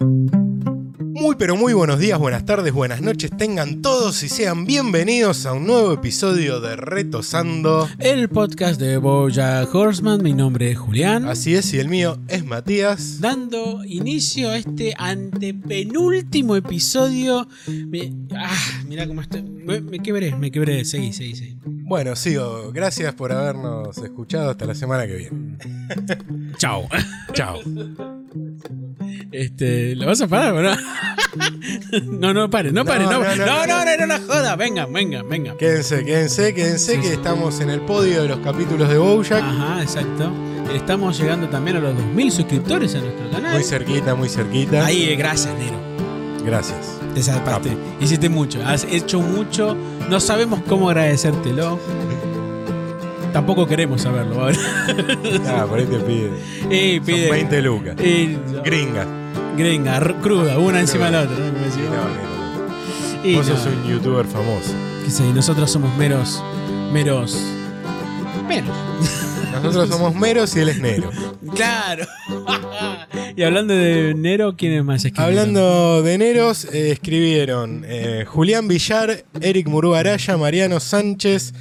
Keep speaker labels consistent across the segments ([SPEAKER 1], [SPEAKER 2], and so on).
[SPEAKER 1] Muy pero muy buenos días, buenas tardes, buenas noches tengan todos y sean bienvenidos a un nuevo episodio de Retosando.
[SPEAKER 2] El podcast de Boya Horseman, mi nombre es Julián.
[SPEAKER 1] Así es, y el mío es Matías.
[SPEAKER 2] Dando inicio a este antepenúltimo episodio. Me- ah, mirá cómo estoy. Me, me quebré, me quebré. Seguí, seguí, seguí.
[SPEAKER 1] Bueno, sigo. Gracias por habernos escuchado hasta la semana que viene.
[SPEAKER 2] Chao.
[SPEAKER 1] Chao.
[SPEAKER 2] Este, ¿Lo vas a parar o no? no, no, pare, no pare. No, no, no, no, no, no, no joda. Venga, venga, venga.
[SPEAKER 1] Quédense, quédense, quédense que estamos en el podio de los capítulos de Bojack.
[SPEAKER 2] Ajá, exacto. Estamos llegando también a los 2.000 suscriptores a nuestro
[SPEAKER 1] Muy
[SPEAKER 2] canal.
[SPEAKER 1] cerquita, muy cerquita.
[SPEAKER 2] Ahí, eh, gracias, Nero.
[SPEAKER 1] Gracias.
[SPEAKER 2] Te salvaste. Hiciste mucho, has hecho mucho. No sabemos cómo agradecértelo. Tampoco queremos saberlo ahora.
[SPEAKER 1] Ah, por ahí te pide.
[SPEAKER 2] Eh,
[SPEAKER 1] Son
[SPEAKER 2] pide.
[SPEAKER 1] 20 lucas.
[SPEAKER 2] eh,
[SPEAKER 1] Gringas.
[SPEAKER 2] gringa, r- cruda, una encima de la otra. ¿no? Como
[SPEAKER 1] No,
[SPEAKER 2] decimos.
[SPEAKER 1] no, no.
[SPEAKER 2] Y
[SPEAKER 1] Vos
[SPEAKER 2] no,
[SPEAKER 1] sos un youtuber famoso.
[SPEAKER 2] qué sé, nosotros somos meros. Meros. Meros.
[SPEAKER 1] Nosotros somos meros y él es negro.
[SPEAKER 2] Claro. y hablando de Nero, ¿quién es más escribió?
[SPEAKER 1] Hablando de eneros, eh, escribieron eh, Julián Villar, Eric Murugaraya, Mariano Sánchez,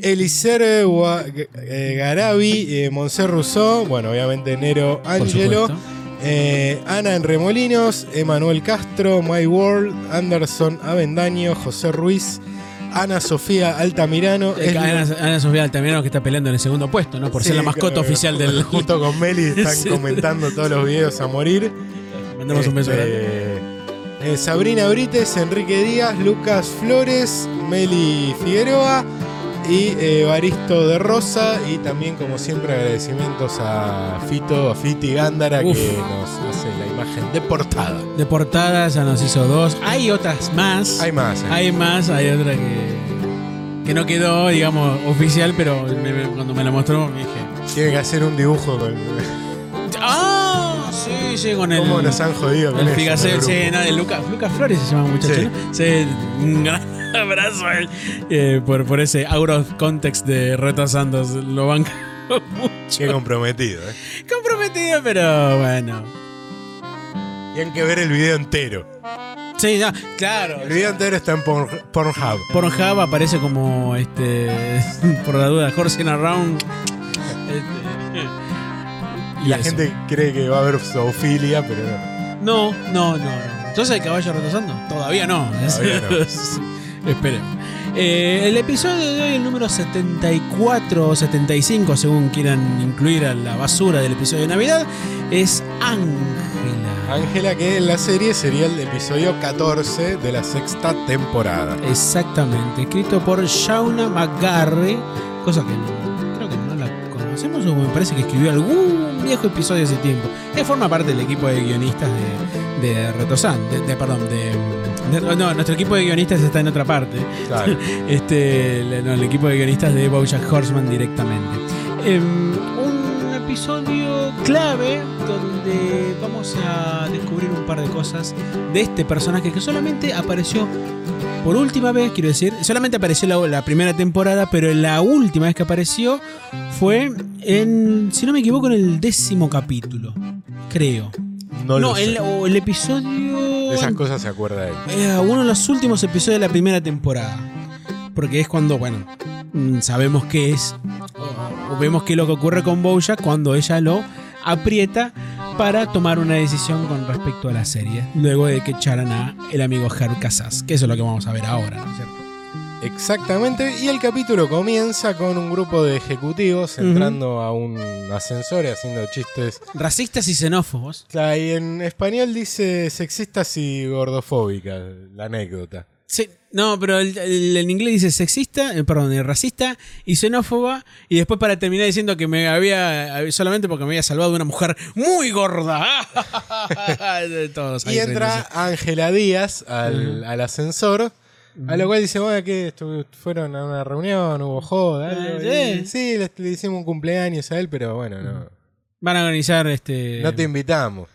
[SPEAKER 1] Eliser Gua- eh, Garabi, eh, Monser Rousseau, bueno, obviamente Nero
[SPEAKER 2] Por
[SPEAKER 1] Angelo,
[SPEAKER 2] supuesto.
[SPEAKER 1] eh, Ana en Remolinos, Emanuel Castro, My World, Anderson Avendaño, José Ruiz, Ana Sofía Altamirano,
[SPEAKER 2] Eh,
[SPEAKER 1] Esli-
[SPEAKER 2] Ana, Ana Sofía Altamirano que está peleando en el segundo puesto, ¿no? Por ser
[SPEAKER 1] Sí,
[SPEAKER 2] la mascota
[SPEAKER 1] claro,
[SPEAKER 2] oficial del.
[SPEAKER 1] Junto con Meli están
[SPEAKER 2] Sí.
[SPEAKER 1] comentando todos los videos a morir.
[SPEAKER 2] Mandamos un beso grande.
[SPEAKER 1] Este, eh, Sabrina Brites, Enrique Díaz, Lucas Flores, Meli Figueroa y eh, Baristo de Rosa. Y también, como siempre, agradecimientos a Fito, a Fiti Gándara,
[SPEAKER 2] Uf.
[SPEAKER 1] que nos hace la imagen de portada.
[SPEAKER 2] De portada ya nos hizo dos. Hay otras más.
[SPEAKER 1] Hay
[SPEAKER 2] Hay,
[SPEAKER 1] más. eh.
[SPEAKER 2] más, hay otra que, que no quedó, digamos, oficial, pero me- me- cuando me la mostró me dije.
[SPEAKER 1] Tiene que hacer un dibujo con.
[SPEAKER 2] ¡Ah! Sí, sí, con el.
[SPEAKER 1] ¿Cómo nos han jodido con
[SPEAKER 2] el
[SPEAKER 1] eso,
[SPEAKER 2] Picasso,
[SPEAKER 1] el grupo?
[SPEAKER 2] sí, no, el Lucas, Lucas Flores se llama muchacho.
[SPEAKER 1] Sí.
[SPEAKER 2] ¿no? Sí, un gran abrazo a él eh, por, por ese out of context de retrasando. Lo banco
[SPEAKER 1] Qué
[SPEAKER 2] mucho.
[SPEAKER 1] comprometido. eh.
[SPEAKER 2] Comprometido, pero bueno.
[SPEAKER 1] Tienen que ver el video entero.
[SPEAKER 2] Sí, no, claro.
[SPEAKER 1] El video entero está en Porn- Pornhub.
[SPEAKER 2] Pornhub aparece como este por la duda Horsing Around. Este,
[SPEAKER 1] Y la
[SPEAKER 2] eso.
[SPEAKER 1] gente cree que va a haber zoofilia, pero no.
[SPEAKER 2] No, no, no. no. ¿Entonces el caballo retrasando? Todavía no.
[SPEAKER 1] Todavía no.
[SPEAKER 2] Esperen. Eh, el episodio de hoy, el número 74 o 75, según quieran incluir a la basura del episodio de Navidad, es Ángela.
[SPEAKER 1] Ángela, que en la serie sería el episodio 14 de la sexta temporada.
[SPEAKER 2] Exactamente, escrito por Shauna McGarry, cosa que no- creo que no la conocemos o me parece que escribió algún viejo episodio hace tiempo. Que forma parte del equipo de guionistas de, de Retosan, de, de- perdón, de, de- No, nuestro equipo de guionistas está en otra parte.
[SPEAKER 1] Claro.
[SPEAKER 2] Este, el, no, el equipo de guionistas de Bojack Horseman directamente. Em, un episodio clave donde vamos a descubrir un par de cosas de este personaje que solamente apareció por última vez, quiero decir, solamente apareció la, la primera temporada, pero la última vez que apareció fue en, si no me equivoco, en el décimo capítulo, creo.
[SPEAKER 1] No, lo sé.
[SPEAKER 2] el, o el episodio
[SPEAKER 1] De esas cosas se acuerda él.
[SPEAKER 2] eh, uno de los últimos episodios de la primera temporada. Porque es cuando, bueno, mm, sabemos qué es. O, o vemos qué es lo que ocurre con Bojack cuando ella lo aprieta para tomar una decisión con respecto a la serie. Luego de que echaran a el amigo Haru Casas. Que eso es lo que vamos a ver ahora, ¿no es cierto?
[SPEAKER 1] Exactamente. Y el capítulo comienza con un grupo de ejecutivos entrando a un ascensor y haciendo chistes.
[SPEAKER 2] Racistas y xenófobos.
[SPEAKER 1] Claro, Y en español dice sexistas y gordofóbicas, la anécdota.
[SPEAKER 2] Sí, no, pero el, el- en inglés dice sexista, eh, perdón, eh, racista y xenófoba. Y después para terminar diciendo que me había, eh, solamente porque me había salvado de una mujer muy gorda. De Todos ahí
[SPEAKER 1] Y entra
[SPEAKER 2] riéndose.
[SPEAKER 1] Ángela Díaz al, al ascensor. A lo cual dice, bueno, que fueron a una reunión, hubo joda. algo,
[SPEAKER 2] Ah,
[SPEAKER 1] y- sí, le, le hicimos un cumpleaños a él, pero bueno, no,
[SPEAKER 2] Van a organizar este...
[SPEAKER 1] no te invitamos.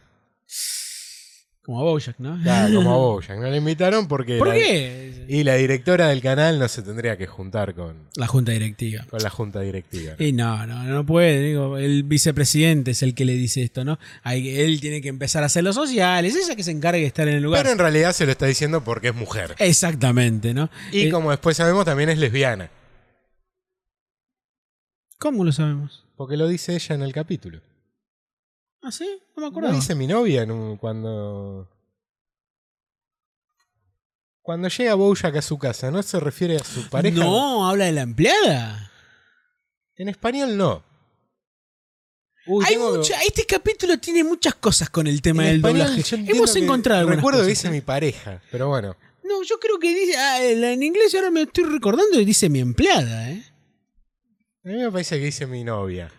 [SPEAKER 2] Como a Bojack, ¿no?
[SPEAKER 1] Claro, como a Bojack. No la invitaron porque.
[SPEAKER 2] ¿Por
[SPEAKER 1] la-
[SPEAKER 2] qué?
[SPEAKER 1] Y la directora del canal no se tendría que juntar con,
[SPEAKER 2] La junta directiva.
[SPEAKER 1] con la junta directiva.
[SPEAKER 2] Y no, no, no puede. Digo, el vicepresidente es el que le dice esto, ¿no? Hay- él tiene que empezar a hacer los sociales. Ella que se encargue de estar en el lugar.
[SPEAKER 1] Pero en realidad se lo está diciendo porque es mujer.
[SPEAKER 2] Exactamente, ¿no?
[SPEAKER 1] Y
[SPEAKER 2] Eh,
[SPEAKER 1] como después sabemos, también es lesbiana.
[SPEAKER 2] ¿Cómo lo sabemos?
[SPEAKER 1] Porque lo dice ella en el capítulo.
[SPEAKER 2] ¿Ah, sí? No me acuerdo.
[SPEAKER 1] Lo dice mi novia en un- cuando. Cuando llega Bojack a su casa, ¿no se refiere a su pareja?
[SPEAKER 2] No, habla de la empleada.
[SPEAKER 1] En español no. Uy,
[SPEAKER 2] Hay
[SPEAKER 1] tengo que-
[SPEAKER 2] mucha, este capítulo tiene muchas cosas con el tema
[SPEAKER 1] en
[SPEAKER 2] del
[SPEAKER 1] español
[SPEAKER 2] doblaje.
[SPEAKER 1] yo entiendo
[SPEAKER 2] Hemos
[SPEAKER 1] que-
[SPEAKER 2] encontrado algunas
[SPEAKER 1] Recuerdo que
[SPEAKER 2] cosas,
[SPEAKER 1] dice
[SPEAKER 2] ¿eh?
[SPEAKER 1] mi pareja, pero bueno.
[SPEAKER 2] No, yo creo que dice. ah, en en inglés ahora me estoy recordando y dice mi empleada, ¿eh?
[SPEAKER 1] A mí me parece que dice mi novia.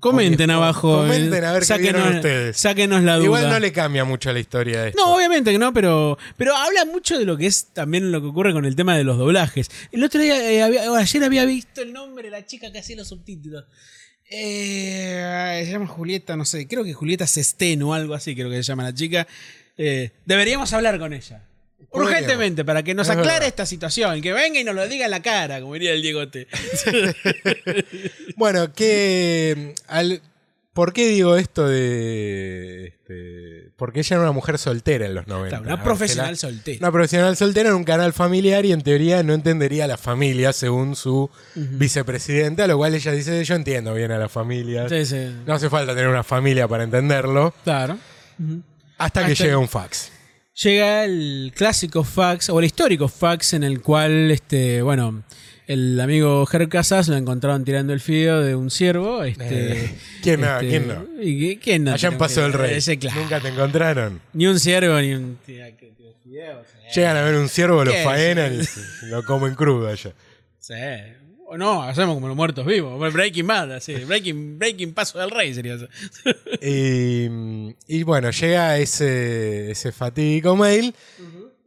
[SPEAKER 2] Comenten
[SPEAKER 1] Oye,
[SPEAKER 2] abajo.
[SPEAKER 1] comenten
[SPEAKER 2] eh,
[SPEAKER 1] a ver qué
[SPEAKER 2] sáquenos-
[SPEAKER 1] vieron ustedes.
[SPEAKER 2] Sáquenos la duda.
[SPEAKER 1] Igual no le cambia mucho la historia de esto.
[SPEAKER 2] No, obviamente que no, pero, pero habla mucho de lo que es también lo que ocurre con el tema de los doblajes. El otro día, eh, había- o ayer había visto el nombre de la chica que hacía los subtítulos. Eh, se llama Julieta, no sé, creo que Julieta Sestén o algo así, creo que se llama la chica. Eh, deberíamos hablar con ella.
[SPEAKER 1] Podríamos.
[SPEAKER 2] Urgentemente, para que nos
[SPEAKER 1] Es
[SPEAKER 2] aclare
[SPEAKER 1] verdad.
[SPEAKER 2] esta situación, que venga y nos lo diga en la cara, como diría el Diegote.
[SPEAKER 1] Bueno, que al- ¿por qué digo esto de este, porque ella era una mujer soltera en los 90?
[SPEAKER 2] Claro, una
[SPEAKER 1] Ángela.
[SPEAKER 2] profesional soltera.
[SPEAKER 1] Una profesional soltera en un canal familiar y en teoría no entendería a la familia según su vicepresidente, a lo cual ella dice, "Yo entiendo bien a la familia.
[SPEAKER 2] Sí, sí.
[SPEAKER 1] No hace falta tener una familia para entenderlo."
[SPEAKER 2] Claro. Ujú.
[SPEAKER 1] Hasta que
[SPEAKER 2] Hasta-
[SPEAKER 1] llega un fax.
[SPEAKER 2] llega el clásico fax o el histórico fax en el cual este bueno el amigo Ger Casas lo encontraron tirando el fideo de un ciervo este
[SPEAKER 1] Eh, ¿quién no?
[SPEAKER 2] este,
[SPEAKER 1] ¿Quién no?
[SPEAKER 2] y que- quién no
[SPEAKER 1] Allá en
[SPEAKER 2] tiró
[SPEAKER 1] Paso
[SPEAKER 2] un
[SPEAKER 1] del
[SPEAKER 2] fideo?
[SPEAKER 1] Rey.
[SPEAKER 2] Ese, claro.
[SPEAKER 1] Nunca te encontraron.
[SPEAKER 2] ni un ciervo ni un tira- que tira fideo, o sea,
[SPEAKER 1] Llegan a ver un ciervo, lo
[SPEAKER 2] Eh, ¿Qué?
[SPEAKER 1] faenan y se- lo comen crudo allá.
[SPEAKER 2] sí. o no hacemos como los muertos vivos como el Breaking Bad así Breaking Breaking Paso del Rey sería eso
[SPEAKER 1] Y, y bueno, llega ese, ese fatídico mail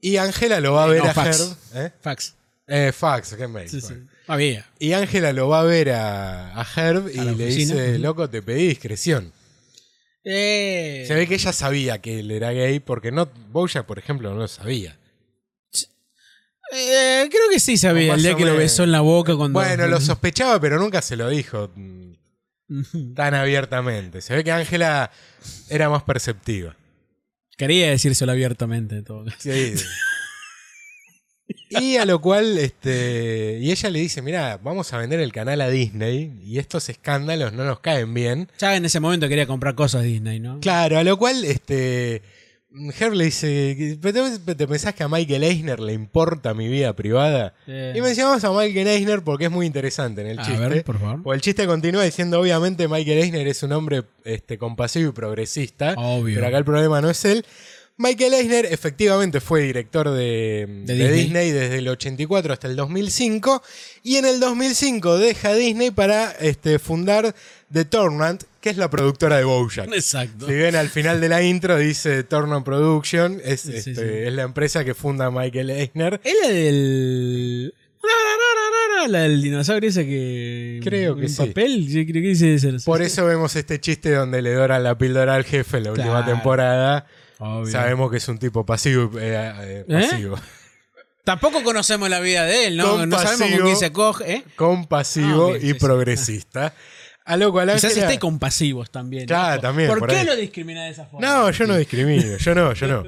[SPEAKER 1] y Ángela lo va a
[SPEAKER 2] Eh,
[SPEAKER 1] ver
[SPEAKER 2] no,
[SPEAKER 1] a
[SPEAKER 2] fax.
[SPEAKER 1] Herb. ¿eh?
[SPEAKER 2] fax
[SPEAKER 1] Eh, fax, qué mail.
[SPEAKER 2] sí, sí.
[SPEAKER 1] bueno.
[SPEAKER 2] había
[SPEAKER 1] Y Ángela lo va a ver a, a Herb y
[SPEAKER 2] la
[SPEAKER 1] le
[SPEAKER 2] oficina,
[SPEAKER 1] dice,
[SPEAKER 2] ujú.
[SPEAKER 1] loco, te pedí discreción.
[SPEAKER 2] eh,
[SPEAKER 1] Se ve que ella sabía que él era gay porque no Bojack, por ejemplo, no lo sabía.
[SPEAKER 2] eh, creo que sí sabía
[SPEAKER 1] Más
[SPEAKER 2] el día
[SPEAKER 1] o
[SPEAKER 2] que lo
[SPEAKER 1] menos.
[SPEAKER 2] besó en la boca cuando
[SPEAKER 1] Bueno, lo sospechaba, pero nunca se lo dijo mm, tan abiertamente. Se ve que Ángela era más perceptiva.
[SPEAKER 2] Quería decírselo abiertamente. en Todo. caso.
[SPEAKER 1] Sí. Y a lo cual, este, y ella le dice, mira, vamos a vender el canal a Disney y estos escándalos no nos caen bien.
[SPEAKER 2] Ya en ese momento quería comprar cosas Disney, ¿no?
[SPEAKER 1] Claro, a lo cual, este, Herb le dice, ¿pero ¿te, te pensás que a Michael Eisner le importa mi vida privada?
[SPEAKER 2] Eh,
[SPEAKER 1] Y mencionamos a Michael Eisner porque es muy interesante en el
[SPEAKER 2] a
[SPEAKER 1] chiste.
[SPEAKER 2] ver, por favor.
[SPEAKER 1] O el chiste continúa diciendo, obviamente Michael Eisner es un hombre este, compasivo y progresista,
[SPEAKER 2] Obvio.
[SPEAKER 1] pero acá el problema no es él. Michael Eisner efectivamente fue director de, de
[SPEAKER 2] Disney.
[SPEAKER 1] Disney. desde el 84 hasta el 2005 y en el 2005 deja Disney para este, fundar The Tornant, que es la productora de Bojack.
[SPEAKER 2] Exacto.
[SPEAKER 1] Si bien al final de la intro dice Tornant Production, es,
[SPEAKER 2] Sí, sí,
[SPEAKER 1] este,
[SPEAKER 2] sí.
[SPEAKER 1] es la empresa que funda Michael Eisner.
[SPEAKER 2] Es la del. No, no, no, no, no, la del dinosaurio esa que.
[SPEAKER 1] Creo que
[SPEAKER 2] en
[SPEAKER 1] sí.
[SPEAKER 2] papel, yo creo que dice eso. no sé.
[SPEAKER 1] Por eso vemos este chiste donde le doran la píldora al jefe en la última
[SPEAKER 2] Claro.
[SPEAKER 1] temporada.
[SPEAKER 2] Obvio.
[SPEAKER 1] Sabemos que es un tipo pasivo. eh, eh,
[SPEAKER 2] ¿Eh?
[SPEAKER 1] pasivo.
[SPEAKER 2] Tampoco conocemos la vida de él, ¿no? No sabemos con
[SPEAKER 1] Compasivo.
[SPEAKER 2] quién se acoge. ¿eh?
[SPEAKER 1] Compasivo
[SPEAKER 2] Ah, bien,
[SPEAKER 1] y
[SPEAKER 2] sí, sí.
[SPEAKER 1] progresista. A lo cual
[SPEAKER 2] Quizás
[SPEAKER 1] Ángela-
[SPEAKER 2] esté con pasivos también.
[SPEAKER 1] Claro,
[SPEAKER 2] ¿no?
[SPEAKER 1] también,
[SPEAKER 2] ¿Por,
[SPEAKER 1] por
[SPEAKER 2] qué
[SPEAKER 1] ahí.
[SPEAKER 2] lo discrimina de esa forma?
[SPEAKER 1] No, yo no discrimino, yo no, yo no.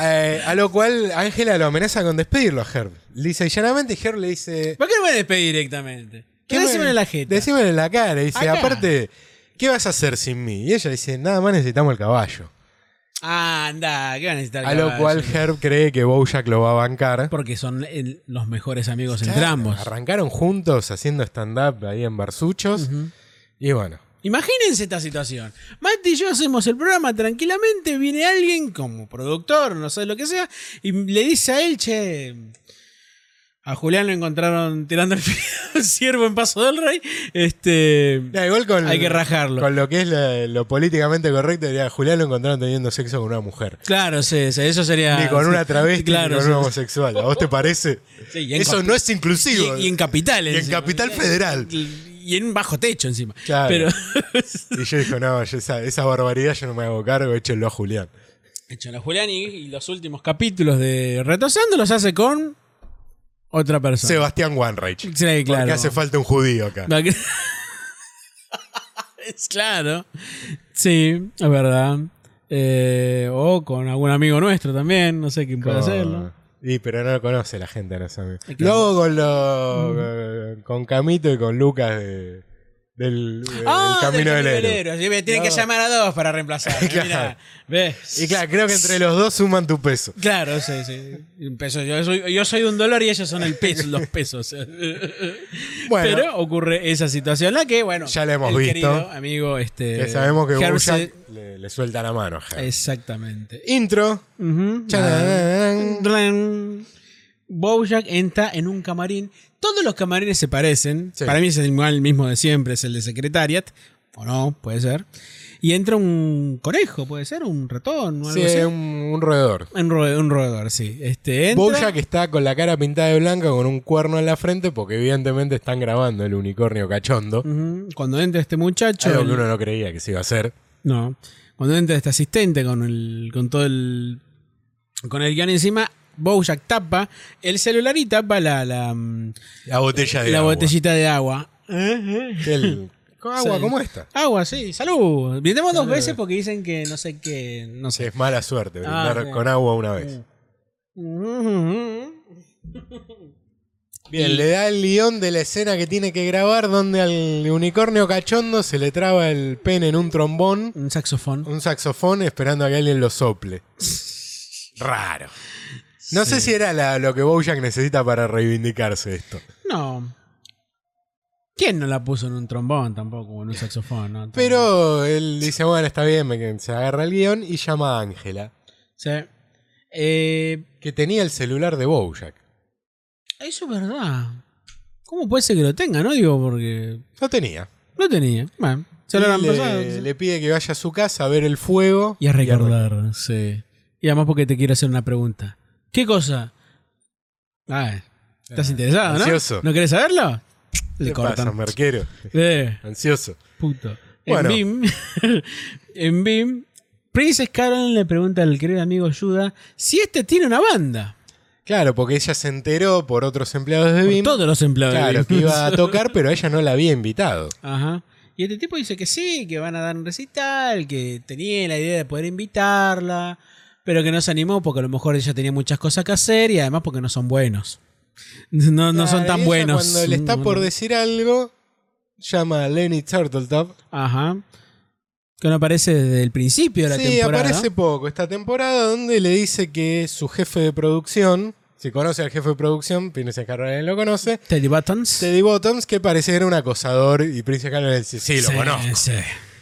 [SPEAKER 1] Eh, a lo cual Ángela lo amenaza con despedirlo a Herb. Dice llanamente y Herb le dice...
[SPEAKER 2] ¿Por qué no me despedí directamente? ¿Qué
[SPEAKER 1] "¿Qué me-
[SPEAKER 2] decimos en la gente?
[SPEAKER 1] Decímelo en la cara. Dice,
[SPEAKER 2] Acá.
[SPEAKER 1] aparte, ¿qué vas a hacer sin mí? Y ella dice, nada más necesitamos el caballo.
[SPEAKER 2] Ah, anda, ¿qué van a necesitar?
[SPEAKER 1] A lo
[SPEAKER 2] caballo?
[SPEAKER 1] cual Herb cree que Bojack lo va a bancar.
[SPEAKER 2] Porque son el- los mejores amigos entre
[SPEAKER 1] Claro,
[SPEAKER 2] ambos.
[SPEAKER 1] Arrancaron juntos haciendo stand-up ahí en Barsuchos. Y bueno,
[SPEAKER 2] Imagínense esta situación. Mati y yo hacemos el programa tranquilamente, viene alguien como productor, no sé lo que sea, y le dice a él, che, a Julián lo encontraron tirando el fideo al ciervo en Paso del Rey, este...
[SPEAKER 1] Ya, igual con,
[SPEAKER 2] Hay que rajarlo.
[SPEAKER 1] Con lo que es la- lo políticamente correcto, diría, Julián lo encontraron teniendo sexo con una mujer.
[SPEAKER 2] Claro, sí, sí, eso sería...
[SPEAKER 1] Ni con
[SPEAKER 2] sí,
[SPEAKER 1] una travesti,
[SPEAKER 2] claro,
[SPEAKER 1] ni con
[SPEAKER 2] sí,
[SPEAKER 1] un homosexual. ¿A vos te parece?
[SPEAKER 2] sí, y en
[SPEAKER 1] Eso
[SPEAKER 2] capi-
[SPEAKER 1] no es inclusivo.
[SPEAKER 2] Y, y en Capital.
[SPEAKER 1] Y en
[SPEAKER 2] encima.
[SPEAKER 1] Capital Federal.
[SPEAKER 2] Y en bajo techo encima.
[SPEAKER 1] Claro.
[SPEAKER 2] Pero...
[SPEAKER 1] Y yo dijo, no, yo esa, esa barbaridad yo no me hago cargo, échenlo a Julián.
[SPEAKER 2] Cholo Julián y, y los últimos capítulos de Retosando los hace con otra persona.
[SPEAKER 1] Sebastián Wanreich.
[SPEAKER 2] Sí, claro.
[SPEAKER 1] Porque hace falta un judío acá.
[SPEAKER 2] Va que- es claro. Sí, es verdad. Eh, o con algún amigo nuestro también, no sé quién puede hacerlo.
[SPEAKER 1] Sí, pero no lo conoce la gente, no sabe.
[SPEAKER 2] Hay que- Mm.
[SPEAKER 1] Lo hago con los con Camito y con Lucas de- del, del
[SPEAKER 2] Ah,
[SPEAKER 1] Camino del Héroe.
[SPEAKER 2] Así me tienen que
[SPEAKER 1] No.
[SPEAKER 2] llamar a dos para reemplazar.
[SPEAKER 1] Claro.
[SPEAKER 2] Mirá, ¿Ves?
[SPEAKER 1] Y claro, creo que entre los dos suman tu peso.
[SPEAKER 2] Claro, sí, sí. Un peso. Yo, soy, yo soy un dolor y ellos son el peso, los pesos.
[SPEAKER 1] Bueno,
[SPEAKER 2] Pero ocurre esa situación, la que, bueno,
[SPEAKER 1] Ya la hemos
[SPEAKER 2] el
[SPEAKER 1] visto.
[SPEAKER 2] querido amigo, este.
[SPEAKER 1] que sabemos que
[SPEAKER 2] Herb
[SPEAKER 1] Bojack
[SPEAKER 2] se-
[SPEAKER 1] le, le suelta la mano. a
[SPEAKER 2] Eh,
[SPEAKER 1] Herb.
[SPEAKER 2] Exactamente.
[SPEAKER 1] Intro.
[SPEAKER 2] Ujú.
[SPEAKER 1] Chanarán.
[SPEAKER 2] Ran. Bojack entra en un camarín. Todos los camarines se parecen.
[SPEAKER 1] Sí.
[SPEAKER 2] Para mí es el, igual el mismo de siempre, es el de Secretariat. O no, puede ser. Y entra un conejo, puede ser, un ratón o algo
[SPEAKER 1] Sí,
[SPEAKER 2] así.
[SPEAKER 1] un,
[SPEAKER 2] Un...
[SPEAKER 1] un roedor.
[SPEAKER 2] roe- un roedor, sí. Este, entra-
[SPEAKER 1] Bojack está con la cara pintada de blanca con un cuerno en la frente porque evidentemente están grabando el unicornio cachondo.
[SPEAKER 2] Ujú. Cuando entra este muchacho.
[SPEAKER 1] Algo
[SPEAKER 2] el-
[SPEAKER 1] que uno no creía que se iba a hacer.
[SPEAKER 2] No. Cuando entra este asistente con el. con todo el. con el guión encima. Bojack tapa el celular y tapa la, la, mm,
[SPEAKER 1] La botella de
[SPEAKER 2] la
[SPEAKER 1] agua.
[SPEAKER 2] botellita de agua. Ajá.
[SPEAKER 1] El- con agua
[SPEAKER 2] Sí.
[SPEAKER 1] como esta.
[SPEAKER 2] Agua, sí, salud. Brindemos dos veces porque dicen que no sé qué, no
[SPEAKER 1] Sí,
[SPEAKER 2] sé.
[SPEAKER 1] Es mala suerte
[SPEAKER 2] Ah,
[SPEAKER 1] brindar
[SPEAKER 2] sí.
[SPEAKER 1] con agua una vez. Bien, le da el guión de la escena que tiene que grabar donde al unicornio cachondo se le traba el pene en un trombón,
[SPEAKER 2] Un saxofón.
[SPEAKER 1] un saxofón esperando a que alguien lo sople. Raro. No sé si era la- lo que Bojack necesita para reivindicarse esto.
[SPEAKER 2] No. ¿Quién no la puso en un trombón tampoco, en un saxofón? no?
[SPEAKER 1] Pero él dice, bueno, está bien, me- se agarra el guión y llama a Ángela,
[SPEAKER 2] Sí. Eh,
[SPEAKER 1] que tenía el celular de Bojack.
[SPEAKER 2] eso es verdad. ¿Cómo puede ser que lo tenga, no? Digo, porque
[SPEAKER 1] Lo tenía.
[SPEAKER 2] no tenía. Bueno, se lo
[SPEAKER 1] Y
[SPEAKER 2] han
[SPEAKER 1] le,
[SPEAKER 2] pasado.
[SPEAKER 1] le pide que vaya a su casa a ver el fuego.
[SPEAKER 2] Y a recordar, sí. Y además porque te quiero hacer una pregunta. ¿Qué cosa? Ah, ¿estás interesado, no?
[SPEAKER 1] ansioso.
[SPEAKER 2] ¿No querés saberlo?
[SPEAKER 1] ¿Qué
[SPEAKER 2] Le
[SPEAKER 1] pasa,
[SPEAKER 2] cortan.
[SPEAKER 1] Merquero?
[SPEAKER 2] Eh,
[SPEAKER 1] Ansioso.
[SPEAKER 2] puto.
[SPEAKER 1] Bueno.
[SPEAKER 2] En BIM, en BIM, Princess Carol le pregunta al querido amigo Yuda si este tiene una banda.
[SPEAKER 1] Claro, porque ella se enteró por otros empleados de
[SPEAKER 2] Por
[SPEAKER 1] BIM.
[SPEAKER 2] todos los empleados. de
[SPEAKER 1] Claro,
[SPEAKER 2] BIM.
[SPEAKER 1] que iba a tocar, pero ella no la había invitado.
[SPEAKER 2] Ajá. Y este tipo dice que sí, que van a dar un recital, que tenía la idea de poder invitarla, pero que no se animó porque a lo mejor ella tenía muchas cosas que hacer y además porque no son buenos. No, no
[SPEAKER 1] Claro,
[SPEAKER 2] son
[SPEAKER 1] y
[SPEAKER 2] tan
[SPEAKER 1] Ah, ella
[SPEAKER 2] buenos. Mm,
[SPEAKER 1] Cuando le está
[SPEAKER 2] No,
[SPEAKER 1] por
[SPEAKER 2] no.
[SPEAKER 1] decir algo, llama a Lenny Turtletop.
[SPEAKER 2] Ajá. Que no aparece desde el principio de la
[SPEAKER 1] Sí,
[SPEAKER 2] temporada.
[SPEAKER 1] aparece poco esta temporada donde le dice que su jefe de producción, si conoce al jefe de producción, Pines Carrera lo conoce,
[SPEAKER 2] Teddy Buttons.
[SPEAKER 1] Teddy Bottoms, que parece que era un acosador y Prince Carrera le dice, sí, lo
[SPEAKER 2] Sí,
[SPEAKER 1] conozco.
[SPEAKER 2] sí.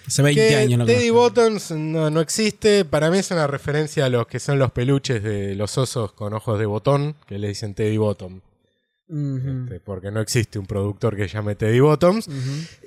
[SPEAKER 2] Hace 20
[SPEAKER 1] Que
[SPEAKER 2] años lo
[SPEAKER 1] Teddy
[SPEAKER 2] conozco.
[SPEAKER 1] Bottoms no, no existe. Para mí es una referencia a los que son los peluches de los osos con ojos de botón, que le dicen Teddy Bottom.
[SPEAKER 2] Ujú,
[SPEAKER 1] este, porque no existe un productor que llame Teddy Bottoms.
[SPEAKER 2] ujú.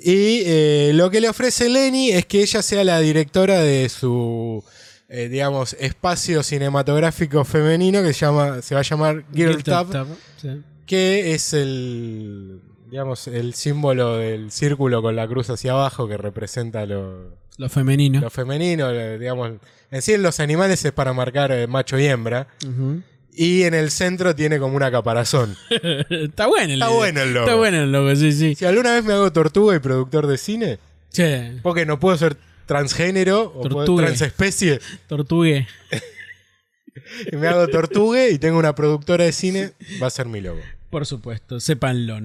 [SPEAKER 1] Y eh, lo que le ofrece Lenny es que ella sea la directora de su, eh, digamos, espacio cinematográfico femenino que se, llama, se va a llamar Girl,
[SPEAKER 2] Guild
[SPEAKER 1] Tab,
[SPEAKER 2] Tab, sí.
[SPEAKER 1] que es el, digamos, el símbolo del círculo con la cruz hacia abajo que representa lo,
[SPEAKER 2] Lo femenino.
[SPEAKER 1] lo femenino, eh, digamos. En sí, en los animales es para marcar eh, macho y hembra.
[SPEAKER 2] Ujú.
[SPEAKER 1] Y en el centro tiene como una caparazón.
[SPEAKER 2] Está bueno el
[SPEAKER 1] Está bueno el logo.
[SPEAKER 2] Está bueno el logo, sí, sí.
[SPEAKER 1] Si alguna vez me hago tortuga y productor de cine,
[SPEAKER 2] Che,
[SPEAKER 1] porque no puedo ser transgénero o puedo-
[SPEAKER 2] Tortugue.
[SPEAKER 1] transespecie,
[SPEAKER 2] tortugue.
[SPEAKER 1] y me hago tortugue y tengo una productora de cine, va a ser mi logo.
[SPEAKER 2] Por supuesto, sépanlo.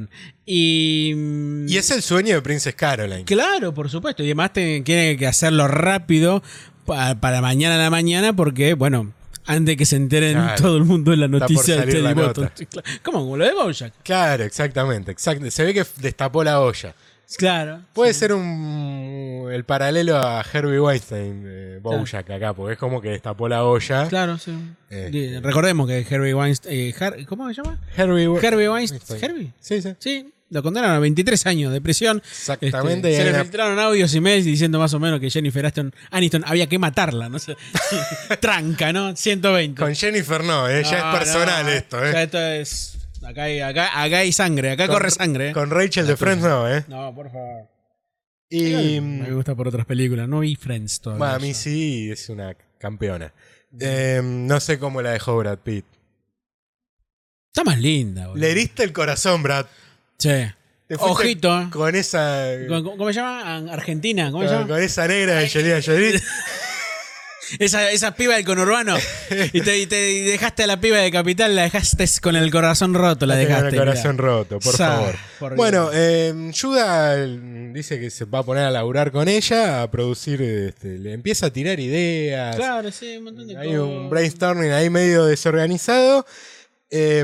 [SPEAKER 2] Y. mm,
[SPEAKER 1] Y es el sueño de Princess Caroline.
[SPEAKER 2] Claro, por supuesto. Y además te- tiene que hacerlo rápido pa- para mañana a la mañana, porque, bueno, antes de que se enteren
[SPEAKER 1] Claro.
[SPEAKER 2] todo el mundo de la
[SPEAKER 1] Está por
[SPEAKER 2] noticia de
[SPEAKER 1] salir
[SPEAKER 2] Teddy
[SPEAKER 1] la nota.
[SPEAKER 2] Bottoms. Sí, claro. ¿Cómo? Como lo de Bojack.
[SPEAKER 1] Claro, exactamente. exact- Se ve que destapó la olla.
[SPEAKER 2] Claro.
[SPEAKER 1] Puede ser un, el paralelo a Herbie Weinstein, eh, Bojack acá, porque es como que destapó la olla.
[SPEAKER 2] Claro, sí.
[SPEAKER 1] Este.
[SPEAKER 2] Y Recordemos que Herbie Weinstein. eh, Har- ¿Cómo se llama?
[SPEAKER 1] Herbie, We-
[SPEAKER 2] Herbie Weinstein.
[SPEAKER 1] Weinstein.
[SPEAKER 2] Herbie.
[SPEAKER 1] Sí, sí.
[SPEAKER 2] Sí, lo condenaron a 23 años de prisión.
[SPEAKER 1] Exactamente.
[SPEAKER 2] Este,
[SPEAKER 1] y
[SPEAKER 2] se
[SPEAKER 1] hay
[SPEAKER 2] le
[SPEAKER 1] una-
[SPEAKER 2] filtraron audios y mails diciendo más o menos que Jennifer Aston, Aniston había que matarla, ¿no? sé. Tranca, ¿no? 120.
[SPEAKER 1] Con Jennifer no, eh, ya
[SPEAKER 2] No,
[SPEAKER 1] es personal
[SPEAKER 2] no,
[SPEAKER 1] esto. Eh.
[SPEAKER 2] Ya esto es. Acá hay, acá, acá hay sangre, acá corre sangre. eh.
[SPEAKER 1] Con Rachel de Friends no, ¿eh?
[SPEAKER 2] No, por favor.
[SPEAKER 1] Y mm,
[SPEAKER 2] Me gusta por otras películas, no vi Friends todavía.
[SPEAKER 1] a mí sí es una campeona. Eh, no sé cómo la dejó Brad Pitt.
[SPEAKER 2] Está más linda, boludo.
[SPEAKER 1] Le heriste el corazón, Brad.
[SPEAKER 2] Che.
[SPEAKER 1] Te fuiste
[SPEAKER 2] Ojito. eh.
[SPEAKER 1] Con esa.
[SPEAKER 2] ¿Cómo, cómo- cómo se llama? An- Argentina. ¿Cómo se
[SPEAKER 1] Con,
[SPEAKER 2] llama?
[SPEAKER 1] con esa negra de Angelina Jolie.
[SPEAKER 2] Esa, esa piba del conurbano. Y te, y te- y dejaste a la piba de Capital, la dejaste con el corazón roto, la
[SPEAKER 1] Tengo
[SPEAKER 2] dejaste.
[SPEAKER 1] el corazón
[SPEAKER 2] mirá.
[SPEAKER 1] roto, por
[SPEAKER 2] Sa-
[SPEAKER 1] favor.
[SPEAKER 2] por
[SPEAKER 1] bueno,
[SPEAKER 2] Dios.
[SPEAKER 1] eh, Yuda mm, dice que se va a poner a laburar con ella, a producir, este, le empieza a tirar ideas.
[SPEAKER 2] Claro, sí, un montón de
[SPEAKER 1] Hay un
[SPEAKER 2] cosas.
[SPEAKER 1] brainstorming ahí medio desorganizado. Eh,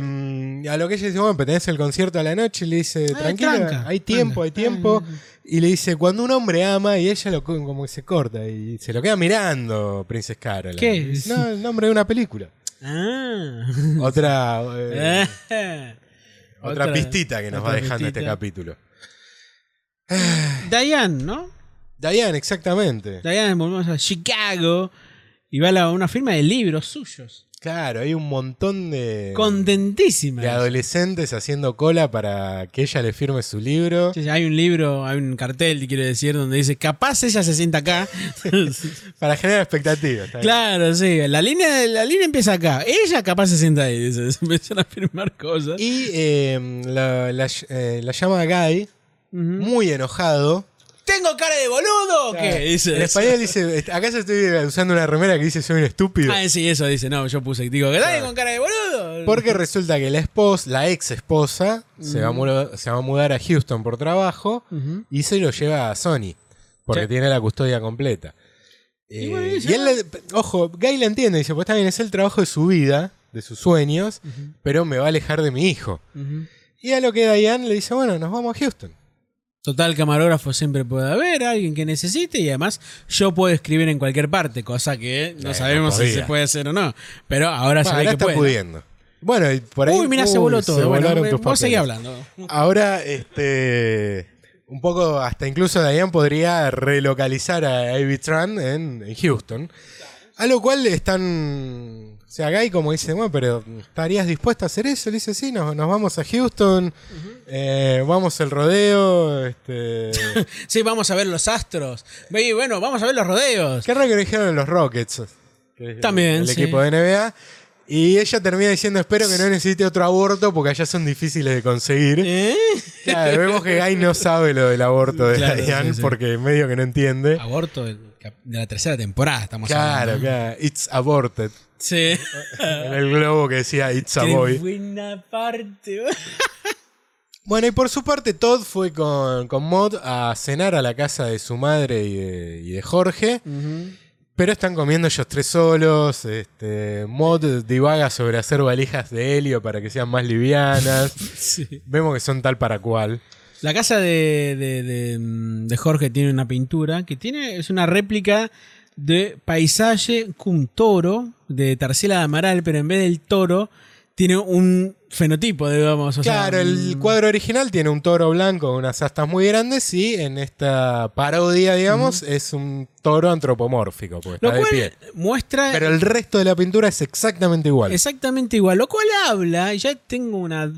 [SPEAKER 1] a lo que ella dice, bueno, pero tenés el concierto a la noche y le dice,
[SPEAKER 2] Ah,
[SPEAKER 1] tranquila,
[SPEAKER 2] tranca,
[SPEAKER 1] hay tiempo,
[SPEAKER 2] tranca.
[SPEAKER 1] hay tiempo.
[SPEAKER 2] Ah,
[SPEAKER 1] Y le dice, cuando un hombre ama, y ella lo co- como que se corta y se lo queda mirando, Princess Caroline.
[SPEAKER 2] ¿Qué?
[SPEAKER 1] Y dice, No, el nombre de una película. Otra, eh,
[SPEAKER 2] Ah.
[SPEAKER 1] otra, pistita que nos
[SPEAKER 2] otra
[SPEAKER 1] va dejando este
[SPEAKER 2] pistita.
[SPEAKER 1] capítulo.
[SPEAKER 2] Diane, ¿no?
[SPEAKER 1] Diane, exactamente.
[SPEAKER 2] Diane, volvemos a Chicago y va a la- una firma de libros suyos.
[SPEAKER 1] Claro, hay un montón de,
[SPEAKER 2] Contentísima.
[SPEAKER 1] de adolescentes haciendo cola para que ella le firme su libro.
[SPEAKER 2] Sí, sí, Hay un libro, hay un cartel, quiero decir, donde dice, capaz ella se sienta acá.
[SPEAKER 1] Para generar expectativas. está bien.
[SPEAKER 2] claro, sí. La línea, la línea empieza acá. Ella capaz se sienta ahí. dice, se empiezan a firmar cosas.
[SPEAKER 1] Y eh, la, la ll- eh, la llama Guy,
[SPEAKER 2] Ujú.
[SPEAKER 1] muy enojado.
[SPEAKER 2] ¿Tengo cara de boludo o qué? Dice
[SPEAKER 1] En
[SPEAKER 2] eso.
[SPEAKER 1] español dice, acá yo estoy usando una remera que dice soy un estúpido.
[SPEAKER 2] Ah, sí, eso dice. No, yo puse. Digo, ¿qué tal con cara de boludo?
[SPEAKER 1] Porque resulta que la esposa, la ex esposa, se,
[SPEAKER 2] Mm.
[SPEAKER 1] va a mudar, se va a mudar a Houston por trabajo
[SPEAKER 2] Ujú.
[SPEAKER 1] y se lo lleva a Sony, porque
[SPEAKER 2] Sí.
[SPEAKER 1] tiene la custodia completa.
[SPEAKER 2] Y
[SPEAKER 1] Eh,
[SPEAKER 2] bueno,
[SPEAKER 1] y
[SPEAKER 2] ya-
[SPEAKER 1] él le- ojo, Guy la entiende, dice, pues está bien, es el trabajo de su vida, de sus sueños, pero me va a alejar de mi hijo.
[SPEAKER 2] Ujú.
[SPEAKER 1] Y a lo que Diane le dice, bueno, nos vamos a Houston.
[SPEAKER 2] Total, camarógrafo siempre puede haber, alguien que necesite, y además yo puedo escribir en cualquier parte, cosa que no
[SPEAKER 1] Eh,
[SPEAKER 2] sabemos
[SPEAKER 1] no
[SPEAKER 2] si se
[SPEAKER 1] podía.
[SPEAKER 2] puede hacer o no. Pero ahora
[SPEAKER 1] Bueno,
[SPEAKER 2] se ve
[SPEAKER 1] ahora
[SPEAKER 2] que
[SPEAKER 1] está
[SPEAKER 2] puede.
[SPEAKER 1] pudiendo. Bueno, y por ahí.
[SPEAKER 2] Uy, mira, se
[SPEAKER 1] uy,
[SPEAKER 2] voló todo. Bueno,
[SPEAKER 1] volaron
[SPEAKER 2] eh,
[SPEAKER 1] tus
[SPEAKER 2] vos seguí
[SPEAKER 1] papeles.
[SPEAKER 2] hablando.
[SPEAKER 1] Ahora, este. Un poco, hasta incluso Diane podría relocalizar a Ivy Tran en, en Houston. A lo cual están. O sea, Guy como dice, bueno, pero ¿estarías dispuesta a hacer eso? Le dice, sí, nos, nos vamos a Houston, eh, vamos el rodeo. Este...
[SPEAKER 2] Sí, vamos a ver los astros. Ve, Y bueno, vamos a ver los rodeos.
[SPEAKER 1] Qué raro que no dijeron los Rockets. que es
[SPEAKER 2] También,
[SPEAKER 1] El
[SPEAKER 2] sí.
[SPEAKER 1] equipo de NBA. Y ella termina diciendo, espero que no necesite otro aborto porque allá son difíciles de conseguir.
[SPEAKER 2] ¿Eh?
[SPEAKER 1] Claro, vemos que Guy no sabe lo del aborto de
[SPEAKER 2] Claro,
[SPEAKER 1] Diane
[SPEAKER 2] sí, sí.
[SPEAKER 1] porque medio que no entiende.
[SPEAKER 2] Aborto del cap- de, la tercera temporada, estamos
[SPEAKER 1] Claro,
[SPEAKER 2] hablando.
[SPEAKER 1] claro. It's aborted.
[SPEAKER 2] Sí.
[SPEAKER 1] En el globo que decía It's a
[SPEAKER 2] Qué
[SPEAKER 1] boy.
[SPEAKER 2] buena parte.
[SPEAKER 1] Bueno, y por su parte, Todd fue con, con Mod a cenar a la casa de su madre y de, y de Jorge. Pero están comiendo ellos tres solos. Este, Mod divaga sobre hacer valijas de helio para que sean más livianas.
[SPEAKER 2] Sí.
[SPEAKER 1] Vemos que son tal para cual.
[SPEAKER 2] La casa de, de- de, mm, de Jorge tiene una pintura que tiene es una réplica de paisaje con toro de Tarsila de Amaral, pero en vez del toro tiene un fenotipo, digamos. o sea,
[SPEAKER 1] Claro, el
[SPEAKER 2] mm,
[SPEAKER 1] cuadro original tiene un toro blanco, unas astas muy grandes y en esta parodia, digamos, es un toro antropomórfico, porque
[SPEAKER 2] Lo
[SPEAKER 1] está de
[SPEAKER 2] cual
[SPEAKER 1] pie.
[SPEAKER 2] muestra
[SPEAKER 1] Pero el resto de la pintura es exactamente igual.
[SPEAKER 2] exactamente igual. Lo cual habla, y ya tengo una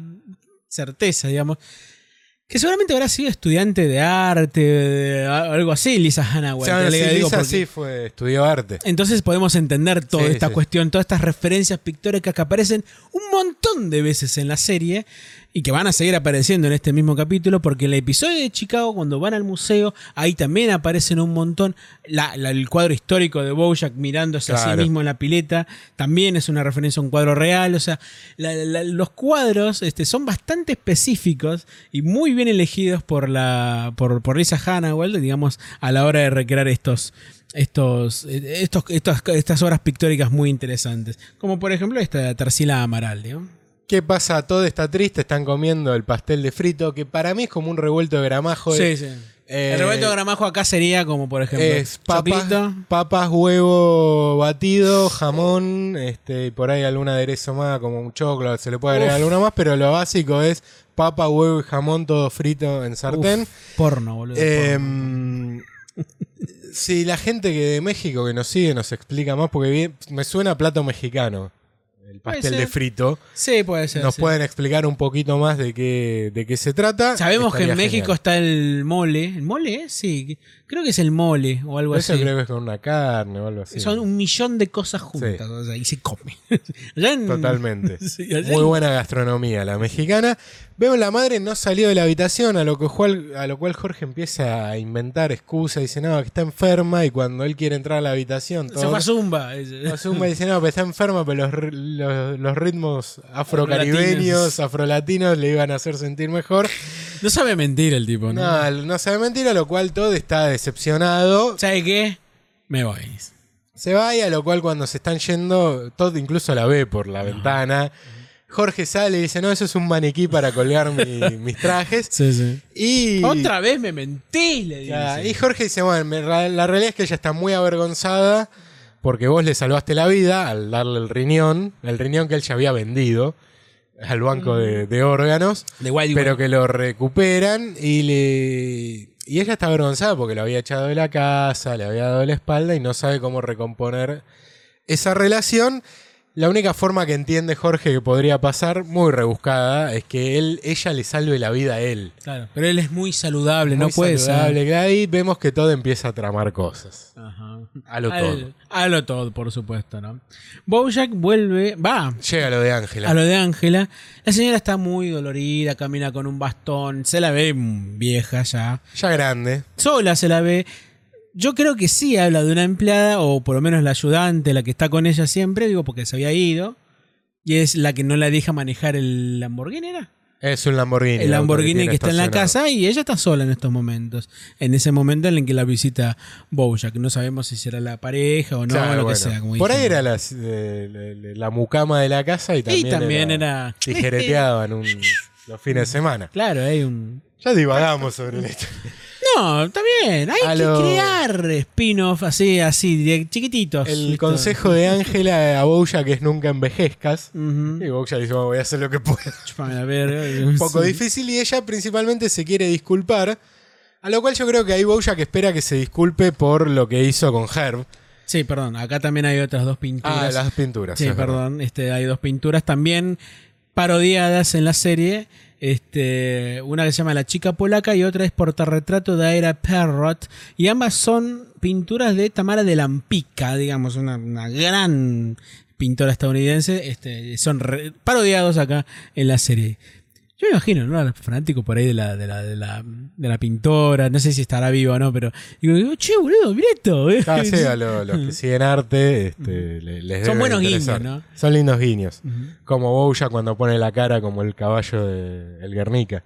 [SPEAKER 2] certeza, digamos, que seguramente habrá sido estudiante de arte, de- a- algo así, Lisa Hanaway.
[SPEAKER 1] o sea, sí,
[SPEAKER 2] te le digo
[SPEAKER 1] Lisa
[SPEAKER 2] porque-
[SPEAKER 1] sí fue, estudió arte.
[SPEAKER 2] Entonces podemos entender toda
[SPEAKER 1] Sí,
[SPEAKER 2] esta
[SPEAKER 1] sí.
[SPEAKER 2] cuestión, todas estas referencias pictóricas que aparecen un montón de veces en la serie y que van a seguir apareciendo en este mismo capítulo, porque en el episodio de Chicago, cuando van al museo, ahí también aparecen un montón. La- la- el cuadro histórico de Bojack mirándose a
[SPEAKER 1] Claro.
[SPEAKER 2] sí mismo en la pileta también es una referencia a un cuadro real. O sea, la- la- los cuadros este, son bastante específicos y muy bien elegidos por, la, por, por Lisa Hannawell, digamos, a la hora de recrear estos estos, eh, estos, estos- estas obras pictóricas muy interesantes. Como por ejemplo esta de Tarsila Amaral, ¿no?
[SPEAKER 1] ¿Qué pasa? Todo está triste, están comiendo el pastel de frito, que para mí es como un revuelto de gramajo.
[SPEAKER 2] Sí,
[SPEAKER 1] Es-
[SPEAKER 2] sí.
[SPEAKER 1] eh,
[SPEAKER 2] El revuelto de gramajo acá sería como por ejemplo
[SPEAKER 1] Es papas,
[SPEAKER 2] choclito,
[SPEAKER 1] papas, Eh, huevo batido, jamón, este, y por ahí algún aderezo más, como un choclo, se le puede agregar
[SPEAKER 2] Uf.
[SPEAKER 1] alguno más, pero lo básico es papa, huevo y jamón todo frito en sartén.
[SPEAKER 2] uf, porno, boludo. porno.
[SPEAKER 1] Em, si la gente que de México que nos sigue nos explica más, porque bien- me suena a plato mexicano. el
[SPEAKER 2] Puede
[SPEAKER 1] pastel de
[SPEAKER 2] ser.
[SPEAKER 1] frito.
[SPEAKER 2] Sí, puede ser.
[SPEAKER 1] Nos
[SPEAKER 2] sí.
[SPEAKER 1] pueden explicar un poquito más de qué, de qué se trata.
[SPEAKER 2] Sabemos que en
[SPEAKER 1] Estaría
[SPEAKER 2] México está el mole. ¿El mole? eh? Sí, creo que es el mole o algo
[SPEAKER 1] genial. Eso
[SPEAKER 2] así.
[SPEAKER 1] creo que es con una carne o algo así.
[SPEAKER 2] Son un millón de cosas juntas
[SPEAKER 1] Sí.
[SPEAKER 2] o sea, y se come. Allá en-
[SPEAKER 1] Totalmente.
[SPEAKER 2] Mm. Sí, allá
[SPEAKER 1] Muy
[SPEAKER 2] en-
[SPEAKER 1] buena gastronomía la mexicana. Veo la madre no salió de la habitación, a lo, que Juan- a lo cual Jorge empieza a inventar excusas. Dice, no, que está enferma y cuando él quiere entrar a la habitación...
[SPEAKER 2] Se
[SPEAKER 1] todo-
[SPEAKER 2] fue a Zumba.
[SPEAKER 1] Zumba dice, no, pero está enferma, pero los, ri- los- los ritmos afrocaribeños, afrolatinos le iban a hacer sentir mejor.
[SPEAKER 2] No sabe mentir el tipo, ¿no?
[SPEAKER 1] No, no sabe mentira, lo cual todo está decepcionado.
[SPEAKER 2] ¿Sabe qué? Me voy.
[SPEAKER 1] Se va y a lo cual cuando se están yendo, Todd incluso la ve por la ventana. Jorge sale y dice, no, eso es un maniquí para colgar mi- mis trajes.
[SPEAKER 2] Sí, sí.
[SPEAKER 1] Y,
[SPEAKER 2] Otra vez me mentí, le dice.
[SPEAKER 1] Ya, y Jorge dice, bueno, me- la, la realidad es que ella está muy avergonzada porque vos le salvaste la vida al darle el riñón, el riñón que él ya había vendido al banco de, de órganos,
[SPEAKER 2] De Wild
[SPEAKER 1] pero que lo recuperan y le... Y ella está avergonzada porque lo había echado de la casa, le había dado la espalda y no sabe cómo recomponer esa relación. La única forma que entiende Jorge que podría pasar, muy rebuscada, es que él, ella le salve la vida a él.
[SPEAKER 2] Claro, pero él es muy saludable,
[SPEAKER 1] Muy
[SPEAKER 2] no puede
[SPEAKER 1] saludable, que ahí vemos que todo empieza a tramar cosas.
[SPEAKER 2] ser. Ajá.
[SPEAKER 1] A lo todo.
[SPEAKER 2] Al- A lo todo, por supuesto, ¿no? Bojack vuelve, va
[SPEAKER 1] Llega lo de
[SPEAKER 2] a
[SPEAKER 1] Ángela.
[SPEAKER 2] lo de Ángela. La señora está muy dolorida, camina con un bastón, se la ve mm, vieja ya.
[SPEAKER 1] Ya grande.
[SPEAKER 2] Sola se la ve. Yo creo que sí habla de una empleada, o por lo menos la ayudante, la que está con ella siempre, digo, porque se había ido. Y es la que no la deja manejar el Lamborghini, ¿era?
[SPEAKER 1] Es un Lamborghini.
[SPEAKER 2] el Lamborghini
[SPEAKER 1] auto
[SPEAKER 2] que, está en la
[SPEAKER 1] estacionado.
[SPEAKER 2] casa y ella está sola en estos momentos. En ese momento en el que la visita Bojack. No sabemos si será la pareja o no,
[SPEAKER 1] Claro,
[SPEAKER 2] lo que
[SPEAKER 1] bueno.
[SPEAKER 2] sea. como
[SPEAKER 1] Por ahí
[SPEAKER 2] dijimos.
[SPEAKER 1] era las, eh, la, la- la mucama de la casa y también,
[SPEAKER 2] y también era.
[SPEAKER 1] Tijereteaban un- los fines de semana.
[SPEAKER 2] Claro, hay un.
[SPEAKER 1] Ya divagamos sobre esto.
[SPEAKER 2] No, está bien. Hay
[SPEAKER 1] A
[SPEAKER 2] que
[SPEAKER 1] lo-
[SPEAKER 2] crear spin-off así, así, de- chiquititos.
[SPEAKER 1] El
[SPEAKER 2] ¿viste?
[SPEAKER 1] consejo de Ángela a Bouya que es nunca envejezcas.
[SPEAKER 2] Ujú.
[SPEAKER 1] Y Bouya dice, "Bueno, voy a hacer lo que pueda.
[SPEAKER 2] Chúpame la verga.
[SPEAKER 1] un poco
[SPEAKER 2] Sí.
[SPEAKER 1] difícil y ella principalmente se quiere disculpar. A lo cual yo creo que hay Bojack que espera que se disculpe por lo que hizo con Herb.
[SPEAKER 2] Sí, perdón. Acá también hay otras dos pinturas.
[SPEAKER 1] Ah, las pinturas.
[SPEAKER 2] Sí,
[SPEAKER 1] es verdad.
[SPEAKER 2] perdón. Este, hay dos pinturas también parodiadas en la serie. Este, una que se llama La chica polaca y otra es Portarretrato de Aira Perrot. Y ambas son pinturas de Tamara de Lampica, digamos, una, una gran pintora estadounidense. Este, son re- parodiados acá en la serie. Yo me imagino, ¿no? Fanático por ahí de la, de la, de la, de la pintora. No sé si estará viva o no, pero digo, che, boludo, mira esto. ¿eh?
[SPEAKER 1] Ah, sí, a lo- los que siguen arte este, le- les
[SPEAKER 2] Mm. Son
[SPEAKER 1] debe
[SPEAKER 2] buenos
[SPEAKER 1] interesar.
[SPEAKER 2] guiños, ¿no?
[SPEAKER 1] Son lindos guiños.
[SPEAKER 2] Ujú.
[SPEAKER 1] Como Bojack cuando pone la cara como el caballo de El Guernica.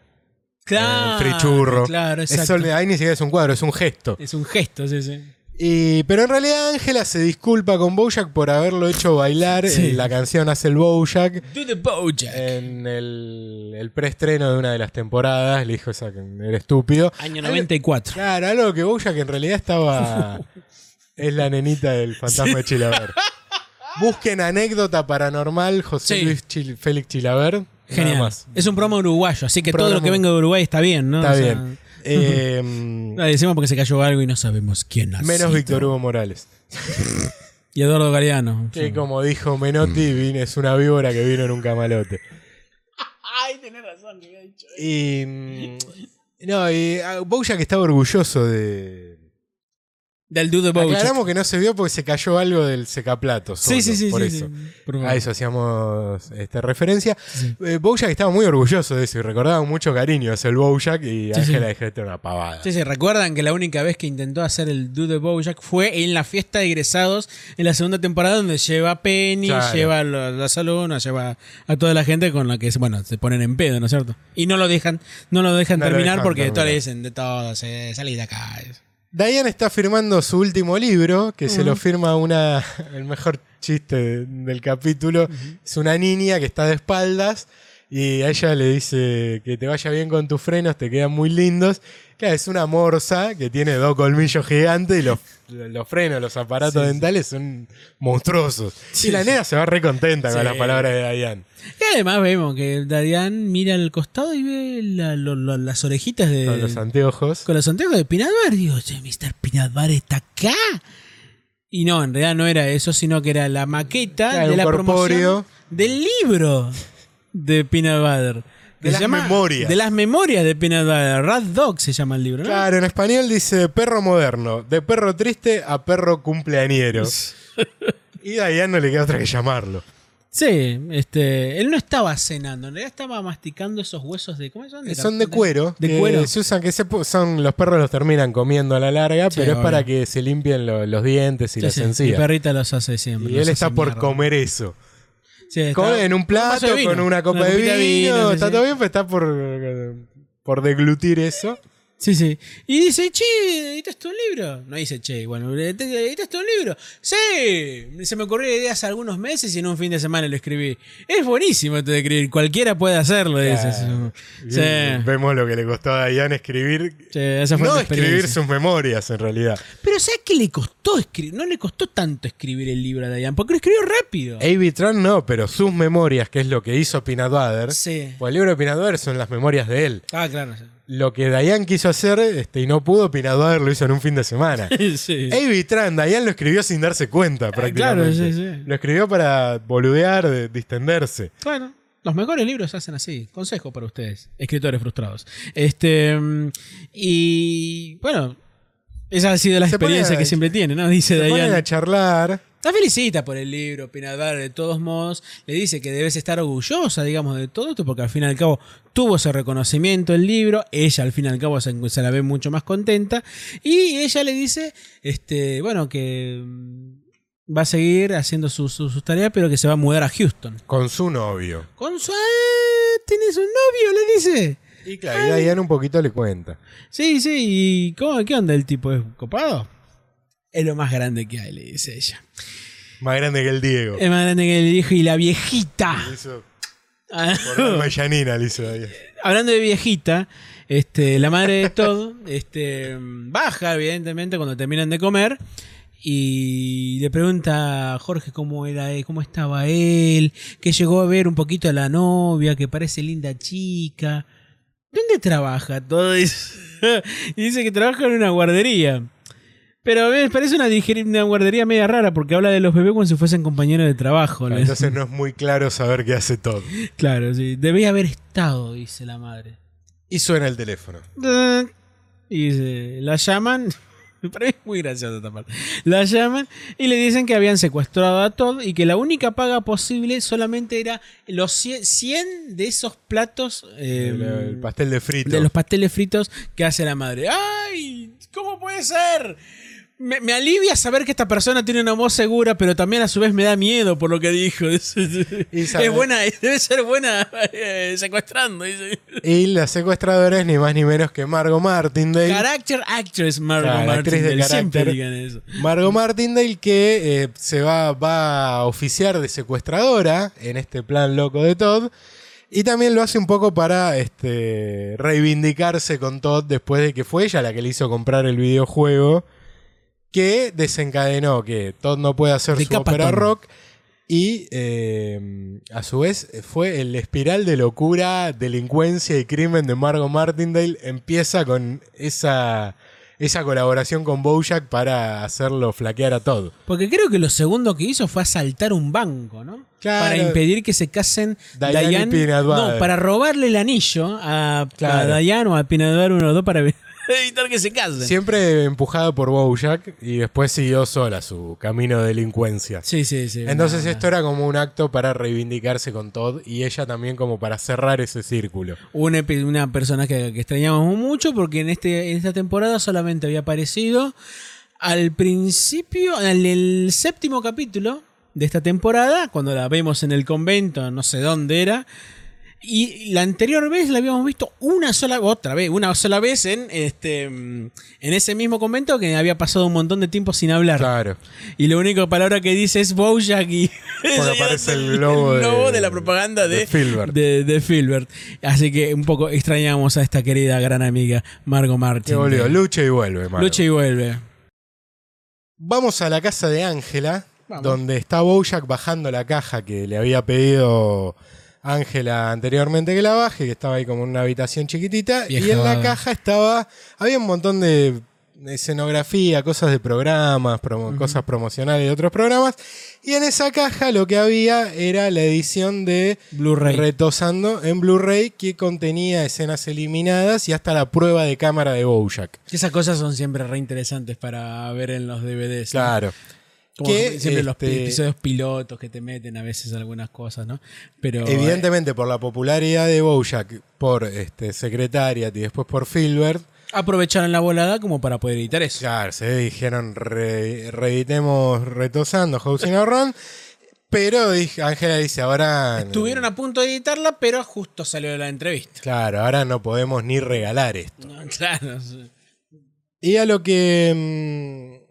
[SPEAKER 2] Claro,
[SPEAKER 1] el frichurro.
[SPEAKER 2] Ah, Claro,
[SPEAKER 1] Es
[SPEAKER 2] exacto.
[SPEAKER 1] sol- ahí ni siquiera es un cuadro, es un gesto.
[SPEAKER 2] Es un gesto, sí, sí.
[SPEAKER 1] Y- pero en realidad Ángela se disculpa con Bojack por haberlo hecho bailar.
[SPEAKER 2] Sí.
[SPEAKER 1] en La canción hace el Bojack.
[SPEAKER 2] Do the Bojack.
[SPEAKER 1] en el, el preestreno de una de las temporadas, le dijo, esa que era estúpido.
[SPEAKER 2] Año 94.
[SPEAKER 1] Claro, algo que Boya que en realidad estaba... es la nenita del fantasma de Chilaver. Busquen anécdota paranormal José
[SPEAKER 2] Sí.
[SPEAKER 1] Luis Chil- Félix Chilaver. nada
[SPEAKER 2] Genial.
[SPEAKER 1] más.
[SPEAKER 2] Es un programa uruguayo, así que
[SPEAKER 1] Un
[SPEAKER 2] todo lo
[SPEAKER 1] programa-
[SPEAKER 2] que venga de Uruguay está bien, ¿no?
[SPEAKER 1] Está
[SPEAKER 2] O sea,
[SPEAKER 1] bien. Eh, mm,
[SPEAKER 2] lo decimos porque se cayó algo y no sabemos quién ha
[SPEAKER 1] menos
[SPEAKER 2] sido.
[SPEAKER 1] Víctor Hugo Morales.
[SPEAKER 2] Y Eduardo Galeano.
[SPEAKER 1] Que como dijo Menotti,
[SPEAKER 2] Mm.
[SPEAKER 1] vine- es una víbora que vino en un camalote.
[SPEAKER 2] Ay, tenés razón, que había dicho.
[SPEAKER 1] Y... mm, No, y Boya que estaba orgulloso de...
[SPEAKER 2] Del Do the Bojack.
[SPEAKER 1] Aclaramos que no se vio porque se cayó algo del secaplato.
[SPEAKER 2] Sí, sí, sí,
[SPEAKER 1] Por
[SPEAKER 2] sí,
[SPEAKER 1] eso.
[SPEAKER 2] sí. Por favor.
[SPEAKER 1] A eso hacíamos este, referencia.
[SPEAKER 2] Sí.
[SPEAKER 1] Eh, Bojack estaba muy orgulloso de eso y recordaba con mucho cariño hacia el Bojack y
[SPEAKER 2] Sí,
[SPEAKER 1] Ángela dejó esto una pavada.
[SPEAKER 2] Sí, sí, recuerdan que la única vez que intentó hacer el Do the Bojack fue en la fiesta de egresados en la segunda temporada donde lleva a Penny,
[SPEAKER 1] Claro.
[SPEAKER 2] lleva a lo- las alumnas, lleva a toda la gente con la que bueno, se ponen en pedo, ¿no es cierto? Y no lo dejan, no lo dejan
[SPEAKER 1] No lo
[SPEAKER 2] terminar
[SPEAKER 1] dejan
[SPEAKER 2] porque
[SPEAKER 1] terminar.
[SPEAKER 2] todos le dicen de todo, eh, salí de acá.
[SPEAKER 1] Diane está firmando su último libro, que se lo firma una. El mejor chiste de- del capítulo. Es una niña que está de espaldas y a ella le dice que te vaya bien con tus frenos, te quedan muy lindos. Claro, es una morsa que tiene dos colmillos gigantes y los, los frenos, los aparatos
[SPEAKER 2] Sí, sí.
[SPEAKER 1] dentales son monstruosos.
[SPEAKER 2] Sí,
[SPEAKER 1] y la
[SPEAKER 2] sí.
[SPEAKER 1] nena se va recontenta
[SPEAKER 2] Sí.
[SPEAKER 1] con las palabras de Diane.
[SPEAKER 2] Y además vemos que Darian mira al costado y ve la- lo- lo- las orejitas de
[SPEAKER 1] Con los anteojos.
[SPEAKER 2] con los anteojos de Pinadbar. Digo, che, Mr. Pinadbar está acá. Y no, en realidad no era eso, sino que era la maqueta
[SPEAKER 1] Claro,
[SPEAKER 2] de
[SPEAKER 1] un
[SPEAKER 2] la promoción
[SPEAKER 1] corpóreo.
[SPEAKER 2] del libro de Peanut Butter. que
[SPEAKER 1] De
[SPEAKER 2] se
[SPEAKER 1] las memorias.
[SPEAKER 2] De las memorias de Peanut Butter. Rat Dog se llama el libro, ¿no?
[SPEAKER 1] Claro, en español dice de perro moderno, de perro triste a perro cumpleañero. y a Ian no le queda otra que llamarlo.
[SPEAKER 2] Sí, este, él no estaba cenando, en realidad estaba masticando esos huesos de... ¿Cómo son?
[SPEAKER 1] Son de cuero.
[SPEAKER 2] De
[SPEAKER 1] que
[SPEAKER 2] cuero.
[SPEAKER 1] Se usan, que se pu- son, los perros los terminan comiendo a la larga,
[SPEAKER 2] Sí,
[SPEAKER 1] pero es
[SPEAKER 2] obvio.
[SPEAKER 1] para que se limpien lo- los dientes y
[SPEAKER 2] Sí,
[SPEAKER 1] las
[SPEAKER 2] sí, Mi
[SPEAKER 1] encías.
[SPEAKER 2] perrita los hace siempre.
[SPEAKER 1] Y
[SPEAKER 2] los
[SPEAKER 1] él está
[SPEAKER 2] hace
[SPEAKER 1] por
[SPEAKER 2] mierda.
[SPEAKER 1] comer eso.
[SPEAKER 2] Sí, está-
[SPEAKER 1] Come en un plato
[SPEAKER 2] vaso de vino,
[SPEAKER 1] con una copa
[SPEAKER 2] una
[SPEAKER 1] de
[SPEAKER 2] copita
[SPEAKER 1] vino.
[SPEAKER 2] de vino, sí,
[SPEAKER 1] está
[SPEAKER 2] sí.
[SPEAKER 1] todo bien, pero está por, por deglutir eso.
[SPEAKER 2] Sí, sí. Y dice, che, ¿editaste un libro? No dice, che, bueno, ¿editaste un libro? Sí, se me ocurrió la idea hace algunos meses y en un fin de semana lo escribí. Es buenísimo esto de escribir, cualquiera puede hacerlo, dice.
[SPEAKER 1] Claro.
[SPEAKER 2] Sí,
[SPEAKER 1] Vemos lo que le costó a Ian escribir.
[SPEAKER 2] sí, esa fue
[SPEAKER 1] No
[SPEAKER 2] tu
[SPEAKER 1] escribir
[SPEAKER 2] experiencia.
[SPEAKER 1] sus memorias, en realidad.
[SPEAKER 2] Pero ¿sabes qué le costó escribir? No le costó tanto escribir el libro a Diane, porque lo escribió rápido.
[SPEAKER 1] A.B. Tran no, pero sus memorias, que es lo que hizo Peanut Butter.
[SPEAKER 2] Sí.
[SPEAKER 1] Pues el libro de Peanut Butter son las memorias de él.
[SPEAKER 2] Ah, claro.
[SPEAKER 1] Lo que Dayan quiso hacer este, y no pudo, Peanut Butter lo hizo en un fin de semana.
[SPEAKER 2] Sí. sí.
[SPEAKER 1] A.B. Tran, Dayan lo escribió sin darse cuenta prácticamente.
[SPEAKER 2] claro, sí, sí.
[SPEAKER 1] Lo escribió para boludear, de- distenderse.
[SPEAKER 2] Claro. Los mejores libros se hacen así. Consejo para ustedes, escritores frustrados. Este mm, y bueno, esa ha sido la
[SPEAKER 1] Se pone
[SPEAKER 2] experiencia
[SPEAKER 1] a-
[SPEAKER 2] que siempre tiene, ¿no? Dice
[SPEAKER 1] Se ponen
[SPEAKER 2] Dayan.
[SPEAKER 1] a charlar.
[SPEAKER 2] La felicita por el libro, Pinadar, de todos modos. Le dice que debes estar orgullosa, digamos, de todo esto, porque al fin y al cabo tuvo ese reconocimiento el libro. Ella al fin y al cabo se, se la ve mucho más contenta. Y ella le dice, este, bueno, que mm, va a seguir haciendo sus su, sus tareas, pero que se va a mudar a Houston.
[SPEAKER 1] Con su novio.
[SPEAKER 2] Con su. ¡Ah! ¿Tienes un novio? Le dice.
[SPEAKER 1] Y claro, y Dayan un poquito le cuenta.
[SPEAKER 2] Sí, sí. ¿Y cómo, qué onda el tipo? ¿Es copado? Es lo más grande que hay, le dice ella.
[SPEAKER 1] Más grande que el Diego.
[SPEAKER 2] Es más grande que el hijo y la viejita.
[SPEAKER 1] Le hizo
[SPEAKER 2] Ah,
[SPEAKER 1] por Avellanina, le hizo Dayan.
[SPEAKER 2] Hablando de viejita, este, la madre de todo este, baja, evidentemente, cuando terminan de comer. Y le pregunta a Jorge cómo era él, cómo estaba él, que llegó a ver un poquito a la novia, que parece linda chica. ¿Dónde trabaja? Todo dice, y dice que trabaja en una guardería. Pero me parece una, digeri- una guardería media rara porque habla de los bebés como si fuesen compañeros de trabajo. ¿no?
[SPEAKER 1] Entonces no es muy claro saber qué hace todo.
[SPEAKER 2] Claro, sí. Debía haber estado, dice la madre.
[SPEAKER 1] Y suena el teléfono.
[SPEAKER 2] Y se- la llaman. Para mí es muy gracioso esta parte. La llaman y le dicen que habían secuestrado a Todd y que la única paga posible solamente era los 100, 100 de esos platos eh,
[SPEAKER 1] el, el pastel Em, de frito.
[SPEAKER 2] de los pasteles fritos que hace la madre. ¡Ay! ¿Cómo puede ser? Me, me alivia saber que esta persona tiene una voz segura, pero también a su vez me da miedo por lo que dijo. Es, es-
[SPEAKER 1] Y sabe-
[SPEAKER 2] es buena, debe ser buena eh, secuestrando. dice.
[SPEAKER 1] Y la secuestradora es ni más ni menos que Margot Martindale.
[SPEAKER 2] Character actress Margot
[SPEAKER 1] Claro, actriz de
[SPEAKER 2] Martindale, siempre
[SPEAKER 1] carácter.
[SPEAKER 2] digan eso.
[SPEAKER 1] Margot Martindale que eh, se va, va a oficiar de secuestradora en este plan loco de Todd. Y también lo hace un poco para este, reivindicarse con Todd después de que fue ella la que le hizo comprar el videojuego. Que desencadenó que Todd no puede hacer
[SPEAKER 2] De
[SPEAKER 1] su
[SPEAKER 2] capa
[SPEAKER 1] ópera
[SPEAKER 2] Todd.
[SPEAKER 1] rock. Y eh, a su vez fue el espiral de locura, delincuencia y crimen de Margot Martindale. Empieza con esa, esa colaboración con Bojack para hacerlo flaquear a Todd.
[SPEAKER 2] Porque creo que lo segundo que hizo fue asaltar un banco, ¿no?
[SPEAKER 1] Claro.
[SPEAKER 2] Para impedir que se casen
[SPEAKER 1] Diane y
[SPEAKER 2] Diane-
[SPEAKER 1] Peanut Butter.
[SPEAKER 2] No, para robarle el anillo a,
[SPEAKER 1] Claro.
[SPEAKER 2] a Diane o a Pinot uno de los dos para evitar que se casen.
[SPEAKER 1] Siempre empujado por Bojack y después siguió sola su camino de delincuencia.
[SPEAKER 2] Sí, sí, sí.
[SPEAKER 1] Entonces
[SPEAKER 2] una-
[SPEAKER 1] esto era como un acto para reivindicarse con Todd y ella también como para cerrar ese círculo.
[SPEAKER 2] Una, epi- una persona que, que extrañamos mucho porque en, este, en esta temporada solamente había aparecido al principio, en el séptimo capítulo de esta temporada, cuando la vemos en el convento, no sé dónde era. Y la anterior vez la habíamos visto una sola otra vez, una sola vez en este mm, en ese mismo convento que había pasado un montón de tiempo sin hablar.
[SPEAKER 1] Claro.
[SPEAKER 2] Y la única palabra que dice es Bojack y
[SPEAKER 1] Porque aparece el logo
[SPEAKER 2] el logo
[SPEAKER 1] de-
[SPEAKER 2] de, la propaganda de,
[SPEAKER 1] de Filbert.
[SPEAKER 2] de- de Filbert. Así que un poco extrañamos a esta querida gran amiga Margot
[SPEAKER 1] Que
[SPEAKER 2] Martin.
[SPEAKER 1] volvió, lucha y vuelve, mano.
[SPEAKER 2] Lucha y vuelve.
[SPEAKER 1] Vamos a la casa de Ángela,
[SPEAKER 2] Vamos.
[SPEAKER 1] donde está Bojack bajando la caja que le había pedido Ángela anteriormente que la baje, que estaba ahí como en una habitación chiquitita.
[SPEAKER 2] Vieja
[SPEAKER 1] y en la
[SPEAKER 2] vaga.
[SPEAKER 1] caja estaba. Había un montón de escenografía, cosas de programas, promo- cosas promocionales de otros programas. Y en esa caja lo que había era la edición de
[SPEAKER 2] Blu-ray.
[SPEAKER 1] Retosando en Blu-ray que contenía escenas eliminadas y hasta la prueba de cámara de Bojack.
[SPEAKER 2] Esas cosas son siempre re interesantes para ver en los DVDs. ¿no?
[SPEAKER 1] Claro.
[SPEAKER 2] Como
[SPEAKER 1] que,
[SPEAKER 2] siempre los pi-
[SPEAKER 1] este,
[SPEAKER 2] episodios pilotos que te meten a veces algunas cosas, ¿no? Pero eh,
[SPEAKER 1] Evidentemente, por la popularidad de Bojack, por este, Secretariat y después por Filbert,
[SPEAKER 2] aprovecharon la volada como para poder editar eso.
[SPEAKER 1] Claro, se dijeron re- reeditemos retosando Housing Run. Pero dije- Ángela dice, ahora.
[SPEAKER 2] Estuvieron a punto de editarla, pero justo salió la entrevista.
[SPEAKER 1] Claro, ahora no podemos ni regalar esto.
[SPEAKER 2] No, claro. sí.
[SPEAKER 1] Y a lo que. mm,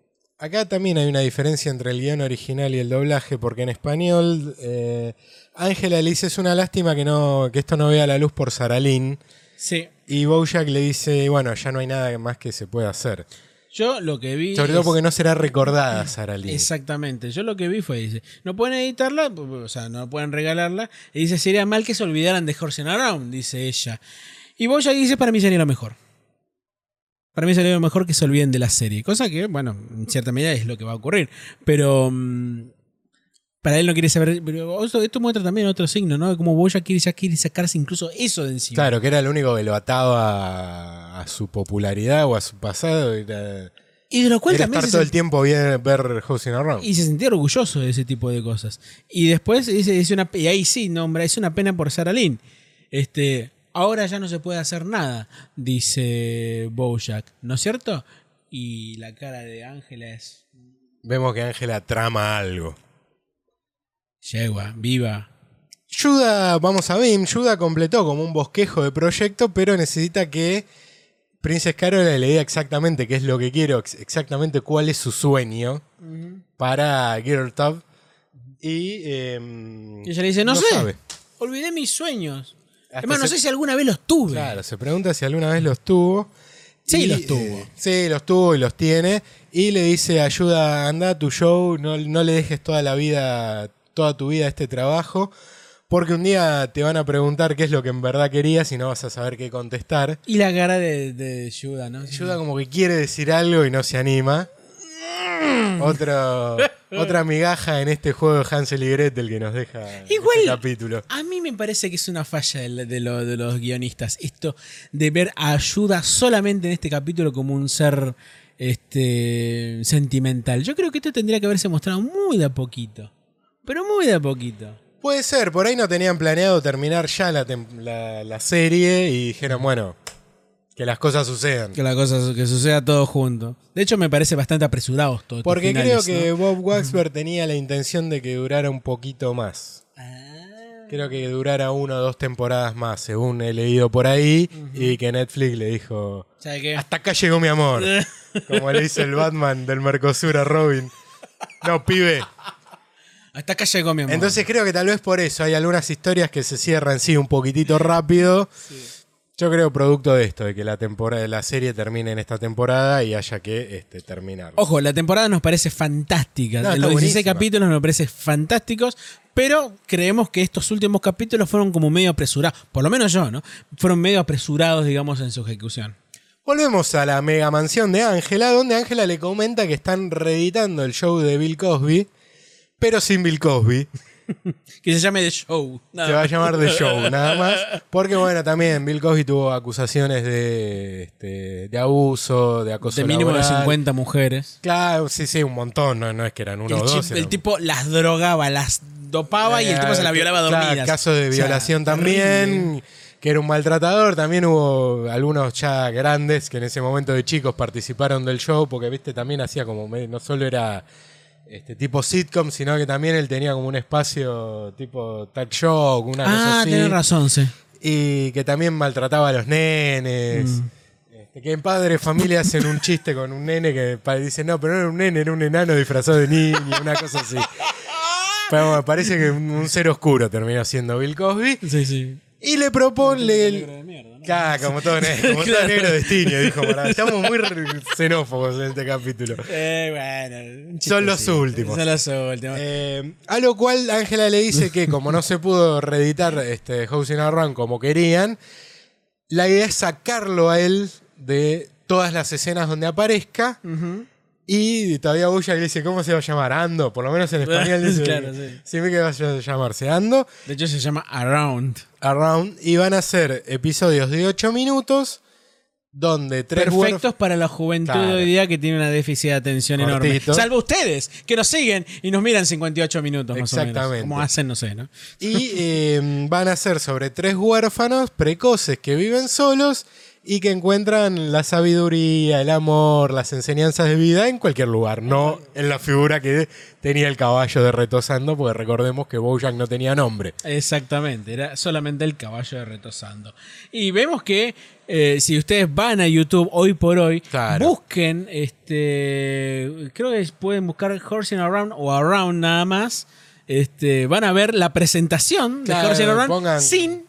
[SPEAKER 1] acá también hay una diferencia entre el guión original y el doblaje, porque en español. eh, Ángela le dice: Es una lástima que, no, que esto no vea la luz por Saralín.
[SPEAKER 2] Sí.
[SPEAKER 1] Y Bojack le dice: Bueno, ya no hay nada más que se pueda hacer.
[SPEAKER 2] Yo lo que vi.
[SPEAKER 1] Sobre todo
[SPEAKER 2] es-
[SPEAKER 1] porque no será recordada Saralín.
[SPEAKER 2] Exactamente, yo lo que vi fue, dice, no pueden editarla, o sea, no pueden regalarla, y dice, sería mal que se olvidaran de Horse and Around, dice ella. Y Boya dice, para mí sería lo mejor. Para mí sería lo mejor que se olviden de la serie, cosa que, bueno, en cierta medida es lo que va a ocurrir, pero... mm, para él no quiere saber, pero esto, esto muestra también otro signo, ¿no? Como Boya quiere, ya quiere sacarse incluso eso de encima.
[SPEAKER 1] Claro, que era el único que lo ataba a- a su popularidad o a su pasado. Era,
[SPEAKER 2] Y de lo cual
[SPEAKER 1] era
[SPEAKER 2] también
[SPEAKER 1] estar
[SPEAKER 2] se
[SPEAKER 1] todo el tiempo bien, ver Housing Around.
[SPEAKER 2] Y se sentía orgulloso de ese tipo de cosas. Y después dice, es una, y ahí sí nombra, es una pena por Sarah Lynn. Este, ahora ya no se puede hacer nada, dice Bojack, ¿no es cierto? Y la cara de Ángela es
[SPEAKER 1] Vemos que Ángela trama algo.
[SPEAKER 2] yegua, viva.
[SPEAKER 1] Yuda, vamos a BIM, Yuda completó como un bosquejo de proyecto, pero necesita que Princess Carol le diga exactamente qué es lo que quiero, ex- exactamente cuál es su sueño para Girl Top. Y, em,
[SPEAKER 2] Y ella le dice, no, sé,
[SPEAKER 1] sabe.
[SPEAKER 2] olvidé mis sueños.
[SPEAKER 1] Hasta
[SPEAKER 2] Además, no
[SPEAKER 1] se-
[SPEAKER 2] sé si alguna vez los tuve.
[SPEAKER 1] Claro, se pregunta si alguna vez los tuvo.
[SPEAKER 2] Sí,
[SPEAKER 1] Y,
[SPEAKER 2] los tuvo.
[SPEAKER 1] eh, sí, los tuvo y los tiene. Y le dice, ayuda, anda a tu show, no, no le dejes toda la vida, toda tu vida a este trabajo, porque un día te van a preguntar qué es lo que en verdad querías y no vas a saber qué contestar.
[SPEAKER 2] Y la cara de, de Yuda, ¿no?
[SPEAKER 1] Ayuda como que quiere decir algo y no se anima.
[SPEAKER 2] Mm.
[SPEAKER 1] Otro, otra migaja en este juego de Hansel y Gretel que nos deja
[SPEAKER 2] Igual-
[SPEAKER 1] este capítulo.
[SPEAKER 2] A mí me parece que es una falla de, la- de lo- de los guionistas. Esto de ver a Ayuda solamente en este capítulo como un ser este, sentimental. Yo creo que esto tendría que haberse mostrado muy de a poquito. Pero muy de a poquito.
[SPEAKER 1] Puede ser, por ahí no tenían planeado terminar ya la, tem- la- la serie y dijeron, bueno, que las cosas sucedan.
[SPEAKER 2] Que la cosa su- que suceda todo junto. De hecho, me parece bastante apresurados todos. estos
[SPEAKER 1] Porque
[SPEAKER 2] finales,
[SPEAKER 1] creo que
[SPEAKER 2] ¿no?
[SPEAKER 1] Bob Waxberg tenía la intención de que durara un poquito más. Creo que durara una o dos temporadas más, según he leído por ahí, y que Netflix le dijo,
[SPEAKER 2] O sea que-
[SPEAKER 1] hasta acá llegó mi amor, como le dice el Batman del Mercosur a Robin. No, pibe.
[SPEAKER 2] hasta acá llegó mi amor.
[SPEAKER 1] Entonces creo que tal vez por eso hay algunas historias que se cierran, sí, un poquitito rápido. Yo creo producto de esto, de que la temporada, la serie termine en esta temporada y haya que este, terminar.
[SPEAKER 2] Ojo, la temporada nos parece fantástica.
[SPEAKER 1] No, está
[SPEAKER 2] Los 16
[SPEAKER 1] buenísima.
[SPEAKER 2] capítulos nos parecen fantásticos, pero creemos que estos últimos capítulos fueron como medio apresurados. Por lo menos yo, ¿no? Fueron medio apresurados, digamos, en su ejecución.
[SPEAKER 1] Volvemos a la mega mansión de Ángela, donde Ángela le comenta que están reeditando el show de Bill Cosby, pero sin Bill Cosby.
[SPEAKER 2] Que se llame The Show. Nada
[SPEAKER 1] Se va a
[SPEAKER 2] más.
[SPEAKER 1] llamar The Show, nada más. Porque bueno, también Bill Cosby tuvo acusaciones de, este, de abuso, de acoso
[SPEAKER 2] De mínimo de
[SPEAKER 1] laboral.
[SPEAKER 2] 50 mujeres.
[SPEAKER 1] Claro, sí, sí, un montón, no, no es que eran uno
[SPEAKER 2] el,
[SPEAKER 1] o
[SPEAKER 2] chip-
[SPEAKER 1] dos.
[SPEAKER 2] el
[SPEAKER 1] eran-
[SPEAKER 2] tipo las drogaba, las dopaba y el tipo se la violaba
[SPEAKER 1] Eh, Claro,
[SPEAKER 2] dormidas.
[SPEAKER 1] caso de
[SPEAKER 2] O sea,
[SPEAKER 1] violación también,
[SPEAKER 2] terrible.
[SPEAKER 1] que era un maltratador. También hubo algunos ya grandes que en ese momento de chicos participaron del show, porque viste, también hacía como. me- No solo era este tipo sitcom, sino que también él tenía como un espacio tipo talk show, una cosa
[SPEAKER 2] Ah,
[SPEAKER 1] así.
[SPEAKER 2] tenés razón, sí.
[SPEAKER 1] Y que también maltrataba a los nenes. Este, que en Padre Familia hacen un chiste con un nene que pa- dice, no, pero no era un nene, era un enano disfrazado de niño, una cosa así. Pero bueno, parece que un, un ser oscuro terminó siendo Bill Cosby.
[SPEAKER 2] Sí, sí.
[SPEAKER 1] Y le propone...
[SPEAKER 2] de mierda, ¿no?
[SPEAKER 1] Claro, como todo, ne- como todo
[SPEAKER 2] Claro.
[SPEAKER 1] negro de estiño, dijo Morán. Estamos muy re- xenófobos en este capítulo.
[SPEAKER 2] Eh, bueno, un
[SPEAKER 1] Son los
[SPEAKER 2] chistecito.
[SPEAKER 1] últimos.
[SPEAKER 2] Son los últimos.
[SPEAKER 1] Eh, a lo cual Ángela le dice que como no se pudo reeditar este, Housing Around como querían, la idea es sacarlo a él de todas las escenas donde aparezca.
[SPEAKER 2] Ujú.
[SPEAKER 1] Y todavía Bojack le dice, ¿cómo se va a llamar? Ando, por lo menos en español dice.
[SPEAKER 2] Claro, sí.
[SPEAKER 1] Siempre que va a llamarse Ando.
[SPEAKER 2] De hecho, se llama Around.
[SPEAKER 1] Around. Y van a ser episodios de 8 minutos donde tres huérfanos-
[SPEAKER 2] Perfectos para la juventud
[SPEAKER 1] Claro.
[SPEAKER 2] hoy día que tiene una déficit de atención
[SPEAKER 1] Cortito.
[SPEAKER 2] enorme. Salvo ustedes, que nos siguen y nos miran 58 minutos más o
[SPEAKER 1] Exactamente.
[SPEAKER 2] menos. Como hacen, no sé, ¿no?
[SPEAKER 1] Y eh, van a ser sobre tres huérfanos precoces que viven solos y que encuentran la sabiduría, el amor, las enseñanzas de vida en cualquier lugar, no en la figura que tenía el caballo de retosando, porque recordemos que Bojack no tenía nombre.
[SPEAKER 2] Exactamente, era solamente el caballo de retosando. Y vemos que eh, si ustedes van a YouTube hoy por hoy,
[SPEAKER 1] Claro.
[SPEAKER 2] busquen, este, creo que pueden buscar Horsing Around o Around nada más. Este, van a ver la presentación
[SPEAKER 1] Claro,
[SPEAKER 2] de Horsing Around
[SPEAKER 1] pongan-
[SPEAKER 2] sin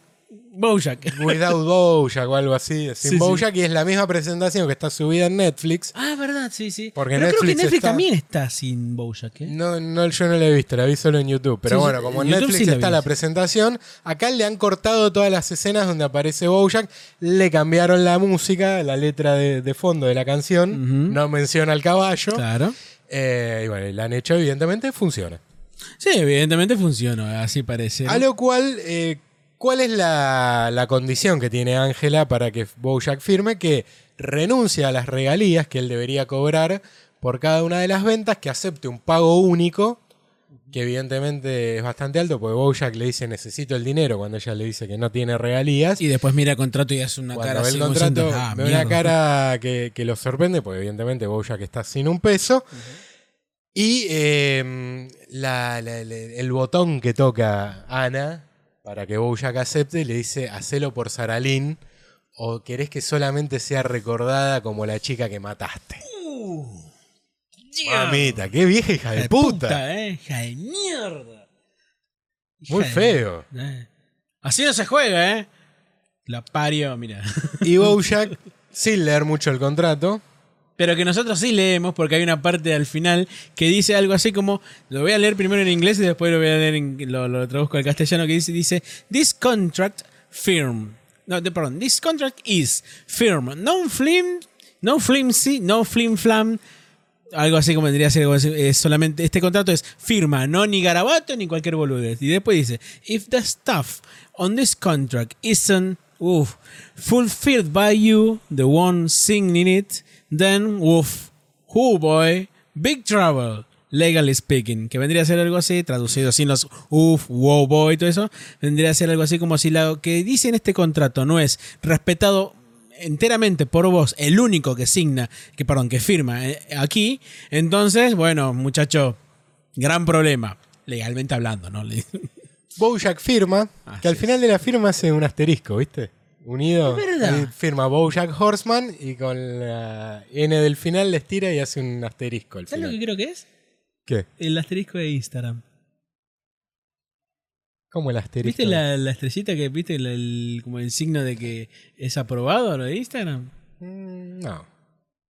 [SPEAKER 2] Bojack.
[SPEAKER 1] Without Bojack o algo así, sin
[SPEAKER 2] Sí, sí.
[SPEAKER 1] Bojack, y es la misma presentación que está subida en Netflix.
[SPEAKER 2] Ah, verdad, sí, sí.
[SPEAKER 1] Porque
[SPEAKER 2] Pero creo
[SPEAKER 1] Netflix
[SPEAKER 2] que Netflix
[SPEAKER 1] está-
[SPEAKER 2] también está sin Bojack. ¿eh?
[SPEAKER 1] No, no, yo no la he visto, la vi solo en YouTube. Pero
[SPEAKER 2] Sí,
[SPEAKER 1] bueno,
[SPEAKER 2] sí,
[SPEAKER 1] como
[SPEAKER 2] en
[SPEAKER 1] en
[SPEAKER 2] YouTube
[SPEAKER 1] Netflix
[SPEAKER 2] sí la
[SPEAKER 1] está
[SPEAKER 2] vi,
[SPEAKER 1] la
[SPEAKER 2] sí.
[SPEAKER 1] presentación, acá le han cortado todas las escenas donde aparece Bojack, le cambiaron la música, la letra de, de fondo de la canción,
[SPEAKER 2] Ujú.
[SPEAKER 1] no menciona al caballo.
[SPEAKER 2] Claro.
[SPEAKER 1] eh, y bueno, y la han hecho, evidentemente funciona.
[SPEAKER 2] Sí, evidentemente funciona, así parece. ¿no?
[SPEAKER 1] A Ah, lo cual, eh, ¿cuál es la, la condición que tiene Ángela para que Bojack firme? Que renuncia a las regalías que él debería cobrar por cada una de las ventas, que acepte un pago único, que evidentemente es bastante alto, porque Bojack le dice necesito el dinero cuando ella le dice que no tiene regalías.
[SPEAKER 2] Y después mira el contrato y hace una
[SPEAKER 1] cuando
[SPEAKER 2] cara
[SPEAKER 1] ve el
[SPEAKER 2] así como diciendo,
[SPEAKER 1] contrato,
[SPEAKER 2] "Ah,
[SPEAKER 1] ve una
[SPEAKER 2] mierda".
[SPEAKER 1] cara que, que lo sorprende, porque evidentemente Bojack está sin un peso. Y eh, la- la- la- el botón que toca Ana para que Bojack acepte, le dice, hacelo por Saralín, o querés que solamente sea recordada como la chica que mataste.
[SPEAKER 2] Yeah.
[SPEAKER 1] Mamita, qué vieja hija de, puta.
[SPEAKER 2] eh, hija de mierda.
[SPEAKER 1] Muy
[SPEAKER 2] Hija de-
[SPEAKER 1] feo.
[SPEAKER 2] Eh. Así no se juega, ¿eh? La parió, mira.
[SPEAKER 1] Y Bojack, sin leer mucho el contrato,
[SPEAKER 2] Pero que nosotros sí leemos, porque hay una parte al final que dice algo así como, lo voy a leer primero en inglés y después lo voy a leer en- lo, lo traduzco al castellano, que dice, dice, This contract firm. No, de- perdón, this contract is firm. No flim, no flimsy, no flim flam. Algo así como tendría que ser algo así, eh, solamente este contrato es firma, no ni garabato ni cualquier boludez. Y después dice, if the stuff on this contract isn't woof, fulfilled by you, the one signing it, then woof, who boy, big trouble. Legally speaking, que vendría a ser algo así, traducido sin los uff, wow, boy, todo eso, vendría a ser algo así como si lo que dice en este contrato no es respetado enteramente por vos, el único que signa, que perdón, que firma eh, aquí, entonces, bueno, muchacho, gran problema, legalmente hablando, ¿no? Le-
[SPEAKER 1] Bojack firma,
[SPEAKER 2] Así
[SPEAKER 1] que al
[SPEAKER 2] es.
[SPEAKER 1] final de la firma hace un asterisco, ¿viste? Unido.
[SPEAKER 2] Es verdad.
[SPEAKER 1] Ahí Firma Bojack Horseman y con la N del final le estira y hace un asterisco al
[SPEAKER 2] ¿Sabes lo que
[SPEAKER 1] final.
[SPEAKER 2] creo que es?
[SPEAKER 1] ¿Qué?
[SPEAKER 2] El asterisco de Instagram.
[SPEAKER 1] ¿Cómo el asterisco?
[SPEAKER 2] ¿Viste la, la estrellita que viste el- el- como el signo de que es aprobado lo de Instagram?
[SPEAKER 1] Mm, No,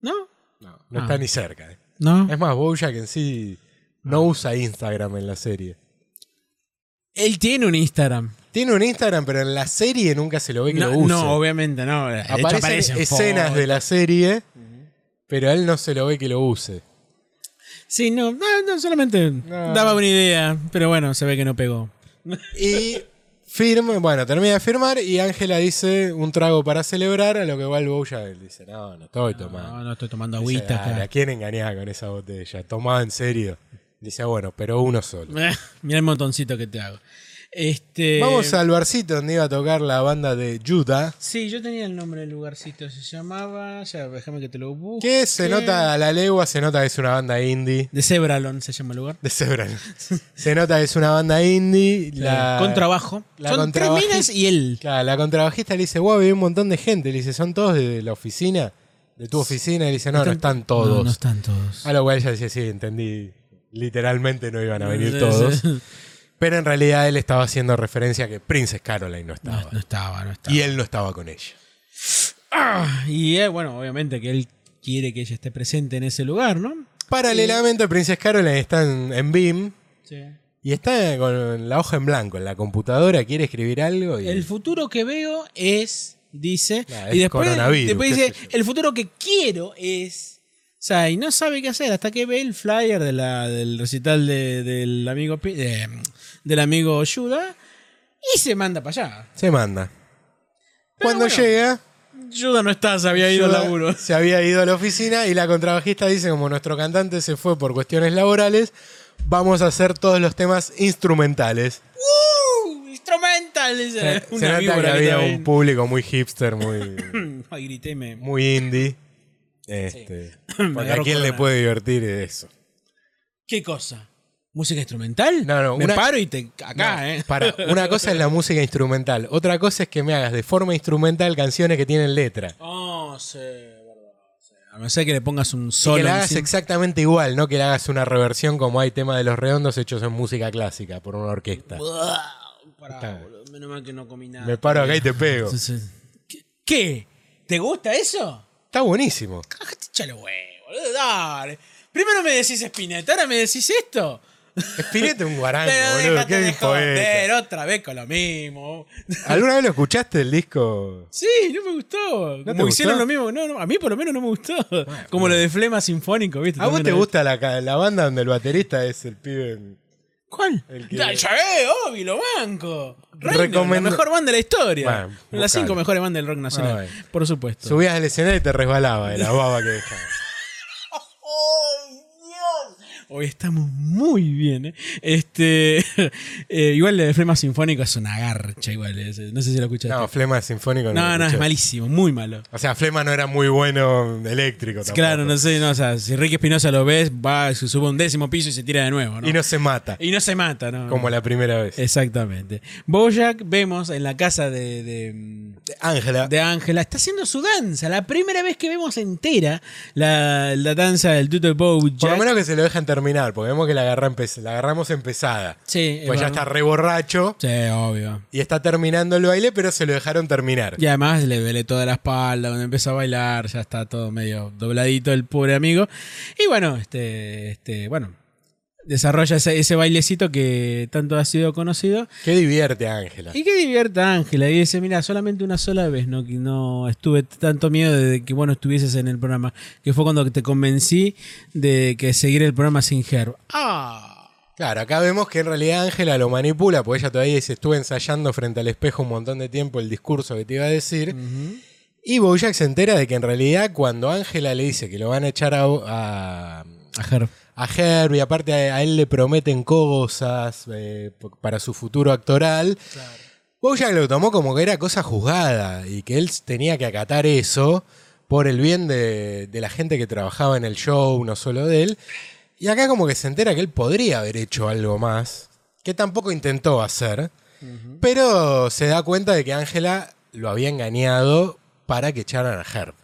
[SPEAKER 2] ¿No?
[SPEAKER 1] no, no
[SPEAKER 2] Ah.
[SPEAKER 1] está ni cerca. eh.
[SPEAKER 2] No.
[SPEAKER 1] Es más, Bojack en sí
[SPEAKER 2] Ah.
[SPEAKER 1] no usa Instagram en la serie.
[SPEAKER 2] Él tiene un Instagram.
[SPEAKER 1] Tiene un Instagram, pero en la serie nunca se lo ve que
[SPEAKER 2] No,
[SPEAKER 1] lo use.
[SPEAKER 2] no, obviamente no. De hecho,
[SPEAKER 1] Aparecen
[SPEAKER 2] aparecen
[SPEAKER 1] escenas
[SPEAKER 2] fotos.
[SPEAKER 1] de la serie, pero a él no se lo ve que lo use.
[SPEAKER 2] Sí, no, no, no, solamente daba una idea, pero bueno, se ve que no pegó.
[SPEAKER 1] Y firma, bueno, termina de firmar y Ángela dice un trago para celebrar, a lo que va el Bojack él dice, no, no estoy tomando.
[SPEAKER 2] No, no estoy tomando
[SPEAKER 1] Dice,
[SPEAKER 2] agüita
[SPEAKER 1] "Dale, ¿A
[SPEAKER 2] acá.
[SPEAKER 1] quién engañaba con esa botella? Tomaba en serio. Dice, "Ah, bueno, pero uno solo.
[SPEAKER 2] Mira Eh, el montoncito que te hago. Este,
[SPEAKER 1] Vamos al barcito donde iba a tocar la banda de Judah,
[SPEAKER 2] Sí, yo tenía el nombre del lugarcito, se llamaba. Ya, déjame que te lo busque.
[SPEAKER 1] que se nota a la legua, se nota que es una banda indie.
[SPEAKER 2] De Zebralon se llama el lugar.
[SPEAKER 1] De Zebra. se nota que es una banda indie. La,
[SPEAKER 2] Eh, Con trabajo.
[SPEAKER 1] la
[SPEAKER 2] Son tres
[SPEAKER 1] contrabajista-
[SPEAKER 2] minas y él.
[SPEAKER 1] Claro, la contrabajista le dice, wow, hay un montón de gente. Le dice, ¿son todos de la oficina? ¿De tu oficina? Y le dice, no, no están todos.
[SPEAKER 2] No, no están todos.
[SPEAKER 1] A lo cual ella decía, sí, entendí. Literalmente no iban a venir todos. Pero en realidad él estaba haciendo referencia a que Princess Caroline no
[SPEAKER 2] No,
[SPEAKER 1] estaba.
[SPEAKER 2] no estaba, no estaba.
[SPEAKER 1] Ah, Y él no estaba con ella.
[SPEAKER 2] Y eh, bueno, obviamente que él quiere que ella esté presente en ese lugar, ¿no?
[SPEAKER 1] Paralelamente, Princess Caroline está en, en BIM
[SPEAKER 2] Sí.
[SPEAKER 1] y está con la hoja en blanco en la computadora, quiere escribir algo y
[SPEAKER 2] El futuro que veo es dice.
[SPEAKER 1] Nah,
[SPEAKER 2] y
[SPEAKER 1] Ah, es
[SPEAKER 2] después,
[SPEAKER 1] coronavirus,
[SPEAKER 2] después
[SPEAKER 1] qué
[SPEAKER 2] dice,
[SPEAKER 1] sé yo.
[SPEAKER 2] el futuro que quiero es... O sea, y no sabe qué hacer hasta que ve el flyer de la, del recital de- del amigo Pi- de- del amigo Yuda y se manda para allá.
[SPEAKER 1] Se manda.
[SPEAKER 2] Pero
[SPEAKER 1] Cuando
[SPEAKER 2] bueno,
[SPEAKER 1] llega,
[SPEAKER 2] Yuda no está, se había ido al
[SPEAKER 1] Yoda
[SPEAKER 2] laburo.
[SPEAKER 1] se había ido a la oficina y la contrabajista dice, como nuestro cantante se fue por cuestiones laborales, vamos a hacer todos los temas instrumentales.
[SPEAKER 2] ¡Uh! Instrumental, dice.
[SPEAKER 1] Se, se
[SPEAKER 2] Una
[SPEAKER 1] nota que
[SPEAKER 2] víbora que
[SPEAKER 1] había
[SPEAKER 2] estaba
[SPEAKER 1] un
[SPEAKER 2] ahí.
[SPEAKER 1] público muy hipster, muy,
[SPEAKER 2] Ay, grité y me-
[SPEAKER 1] muy indie. Este,
[SPEAKER 2] Me
[SPEAKER 1] Porque a
[SPEAKER 2] agarró
[SPEAKER 1] quién le
[SPEAKER 2] corona.
[SPEAKER 1] puede divertir eso.
[SPEAKER 2] ¿Qué cosa? ¿Música instrumental?
[SPEAKER 1] No, no,
[SPEAKER 2] Me
[SPEAKER 1] una-
[SPEAKER 2] paro y te. Acá,
[SPEAKER 1] No,
[SPEAKER 2] ¿eh?
[SPEAKER 1] Para, una cosa es la música instrumental, otra cosa es que me hagas de forma instrumental canciones que tienen letra.
[SPEAKER 2] Oh, sí, verdad. sí. A no ser que le pongas un
[SPEAKER 1] Y
[SPEAKER 2] solo.
[SPEAKER 1] que la
[SPEAKER 2] en
[SPEAKER 1] hagas
[SPEAKER 2] sí.
[SPEAKER 1] exactamente igual, no que le hagas una reversión como hay tema de los redondos hechos en música clásica por una orquesta.
[SPEAKER 2] Buah, pará,
[SPEAKER 1] Está.
[SPEAKER 2] boludo, Menos mal que no comí nada.
[SPEAKER 1] Me paro acá y te pego.
[SPEAKER 2] Sí, sí. ¿Qué- ¿Qué? ¿Te gusta eso?
[SPEAKER 1] Está buenísimo.
[SPEAKER 2] Cájate, chalo, huevo, boludo, dale. Primero me decís Spinetta, ahora me decís esto.
[SPEAKER 1] Espinete un guarango,
[SPEAKER 2] Pero
[SPEAKER 1] boludo.
[SPEAKER 2] déjate
[SPEAKER 1] Qué este?
[SPEAKER 2] de joder,
[SPEAKER 1] poeta.
[SPEAKER 2] otra vez con lo mismo.
[SPEAKER 1] ¿Alguna vez lo escuchaste el disco?
[SPEAKER 2] Sí, no me gustó.
[SPEAKER 1] te
[SPEAKER 2] Como hicieron
[SPEAKER 1] gustó?
[SPEAKER 2] lo mismo. No, no, a mí por lo menos no me gustó. Como lo de Flema Sinfónico, ¿viste?
[SPEAKER 1] ¿A vos
[SPEAKER 2] También
[SPEAKER 1] te
[SPEAKER 2] lo de-
[SPEAKER 1] gusta la, ca- la banda donde el baterista es el pibe? en-
[SPEAKER 2] ¿Cuál?
[SPEAKER 1] El que-
[SPEAKER 2] Ya ya ve, obvio, lo banco. Random,
[SPEAKER 1] Recomenda-
[SPEAKER 2] La mejor banda de la historia.
[SPEAKER 1] Bueno,
[SPEAKER 2] Una de
[SPEAKER 1] buscalo.
[SPEAKER 2] las cinco mejores bandas del rock nacional.
[SPEAKER 1] Ay.
[SPEAKER 2] Por supuesto.
[SPEAKER 1] Subías al escenario y te resbalaba de la baba que dejaba.
[SPEAKER 2] Hoy estamos muy bien, ¿eh? Este, eh, igual el Flema Sinfónico es una garcha, igual. es- no sé si lo escuchaste.
[SPEAKER 1] No, Flema Sinfónico
[SPEAKER 2] no, no,
[SPEAKER 1] lo
[SPEAKER 2] es
[SPEAKER 1] escuché.
[SPEAKER 2] malísimo, muy malo.
[SPEAKER 1] O sea, Flema no era muy bueno eléctrico tampoco.
[SPEAKER 2] Claro, no sé, no, o sea, si Ricky Espinosa lo ves, va, se sube a un décimo piso y se tira de nuevo, ¿no? Eh,
[SPEAKER 1] Y no se mata,
[SPEAKER 2] Y no se mata, ¿no?
[SPEAKER 1] como la primera vez.
[SPEAKER 2] Exactamente. Bojack vemos en la casa de- de
[SPEAKER 1] Ángela,
[SPEAKER 2] de Ángela está haciendo su danza. La primera vez que vemos entera la, la danza del Tuttle Bojack.
[SPEAKER 1] por lo menos que se lo dejan terminar, porque vemos que la, agarra empe- la agarramos empezada.
[SPEAKER 2] Sí,
[SPEAKER 1] Pues ya
[SPEAKER 2] bueno.
[SPEAKER 1] está re borracho
[SPEAKER 2] Sí, obvio.
[SPEAKER 1] y está terminando el baile, pero se lo dejaron terminar.
[SPEAKER 2] Y además le duele toda la espalda, cuando empieza a bailar, ya está todo medio dobladito el pobre amigo. Y bueno, este, este, bueno, desarrolla ese, ese bailecito que tanto ha sido conocido.
[SPEAKER 1] Qué divierte a Ángela.
[SPEAKER 2] Y que divierta a Ángela. Y dice, mira, solamente una sola vez no, que no estuve tanto miedo de que vos no estuvieses en el programa. Que fue cuando te convencí de que seguir el programa sin Herb. ¡Ah!
[SPEAKER 1] Claro, acá vemos que en realidad Ángela lo manipula, porque ella todavía se estuvo ensayando frente al espejo un montón de tiempo el discurso que te iba a
[SPEAKER 2] Mm.
[SPEAKER 1] decir. Y Bojack se entera de que en realidad cuando Ángela le dice que lo van a echar a, a,
[SPEAKER 2] A Herb.
[SPEAKER 1] a Herbie, aparte a, a él le prometen cosas eh, p- para su futuro actoral, Bojack lo tomó como que era cosa juzgada y que él tenía que acatar eso por el bien de, de la gente que trabajaba en el show, no solo de él. Y acá como que se entera que él podría haber hecho algo más, que tampoco intentó hacer, pero se da cuenta de que Ángela lo había engañado para que echaran a Herb.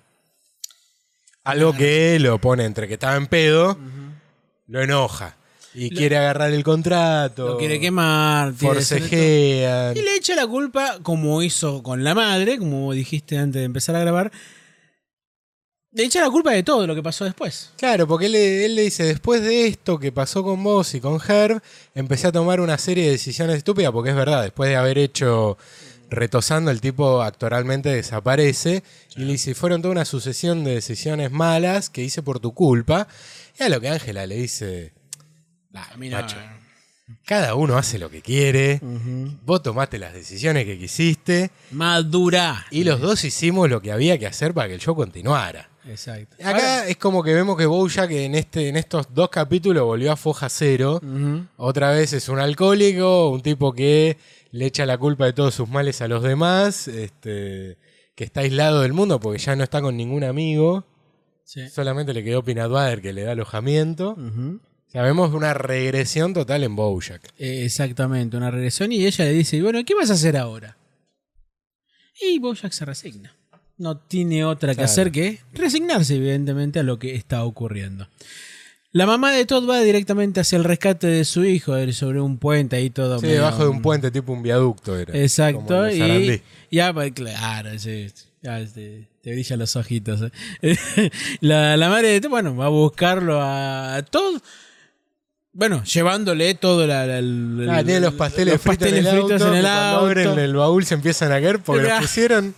[SPEAKER 1] Algo que lo pone entre que estaba en pedo, lo enoja y quiere agarrar el contrato.
[SPEAKER 2] Lo quiere quemar. tiene que hacer esto.
[SPEAKER 1] forcejean.
[SPEAKER 2] Y le echa la culpa, como hizo con la madre, como dijiste antes de empezar a grabar. Le echa la culpa de todo lo que pasó después.
[SPEAKER 1] Claro, porque él, le- él le dice, después de esto que pasó con vos y con Herb, empecé a tomar una serie de decisiones estúpidas, porque es verdad, después de haber hecho retosando, el tipo actoralmente desaparece, y le dice, fueron toda una sucesión de decisiones malas que hice por tu culpa, y a lo que Ángela le dice,
[SPEAKER 2] A mí no.
[SPEAKER 1] macho. cada uno hace lo que quiere, vos tomaste las decisiones que quisiste,
[SPEAKER 2] Madura.
[SPEAKER 1] y los dos hicimos lo que había que hacer para que el show continuara.
[SPEAKER 2] Exacto.
[SPEAKER 1] Acá
[SPEAKER 2] Ahora-
[SPEAKER 1] es como que vemos que Bojack en, este, en estos dos capítulos volvió a foja cero. Otra vez es un alcohólico, un tipo que le echa la culpa de todos sus males a los demás, este, que está aislado del mundo porque ya no está con ningún amigo.
[SPEAKER 2] Sí.
[SPEAKER 1] Solamente le quedó Peanut Butter que le da alojamiento.
[SPEAKER 2] Ujú.
[SPEAKER 1] O sea, vemos una regresión total en Bojack.
[SPEAKER 2] Eh, Exactamente, una regresión y ella le dice, "Y bueno, ¿qué vas a hacer ahora? Y Bojack se resigna. No tiene otra que
[SPEAKER 1] Claro.
[SPEAKER 2] hacer que resignarse, evidentemente, a lo que está ocurriendo. La mamá de Todd va directamente hacia el rescate de su hijo él sobre un puente ahí todo.
[SPEAKER 1] Sí,
[SPEAKER 2] medio-
[SPEAKER 1] debajo de un puente, tipo un viaducto era. como
[SPEAKER 2] Exacto.
[SPEAKER 1] en el
[SPEAKER 2] Y
[SPEAKER 1] Sarandí.
[SPEAKER 2] ya, pues, claro, sí, ya, te, te brillan los ojitos. eh. la, la madre de Todd, bueno, va a buscarlo a, a Todd. Bueno, llevándole todo la, la- el-
[SPEAKER 1] Ah,
[SPEAKER 2] el-
[SPEAKER 1] tiene los pasteles,
[SPEAKER 2] los
[SPEAKER 1] fritos, en
[SPEAKER 2] pasteles
[SPEAKER 1] el
[SPEAKER 2] fritos
[SPEAKER 1] auto,
[SPEAKER 2] en el
[SPEAKER 1] que Cuando
[SPEAKER 2] auto.
[SPEAKER 1] abren el baúl se empiezan a caer porque los
[SPEAKER 2] Ah.
[SPEAKER 1] pusieron.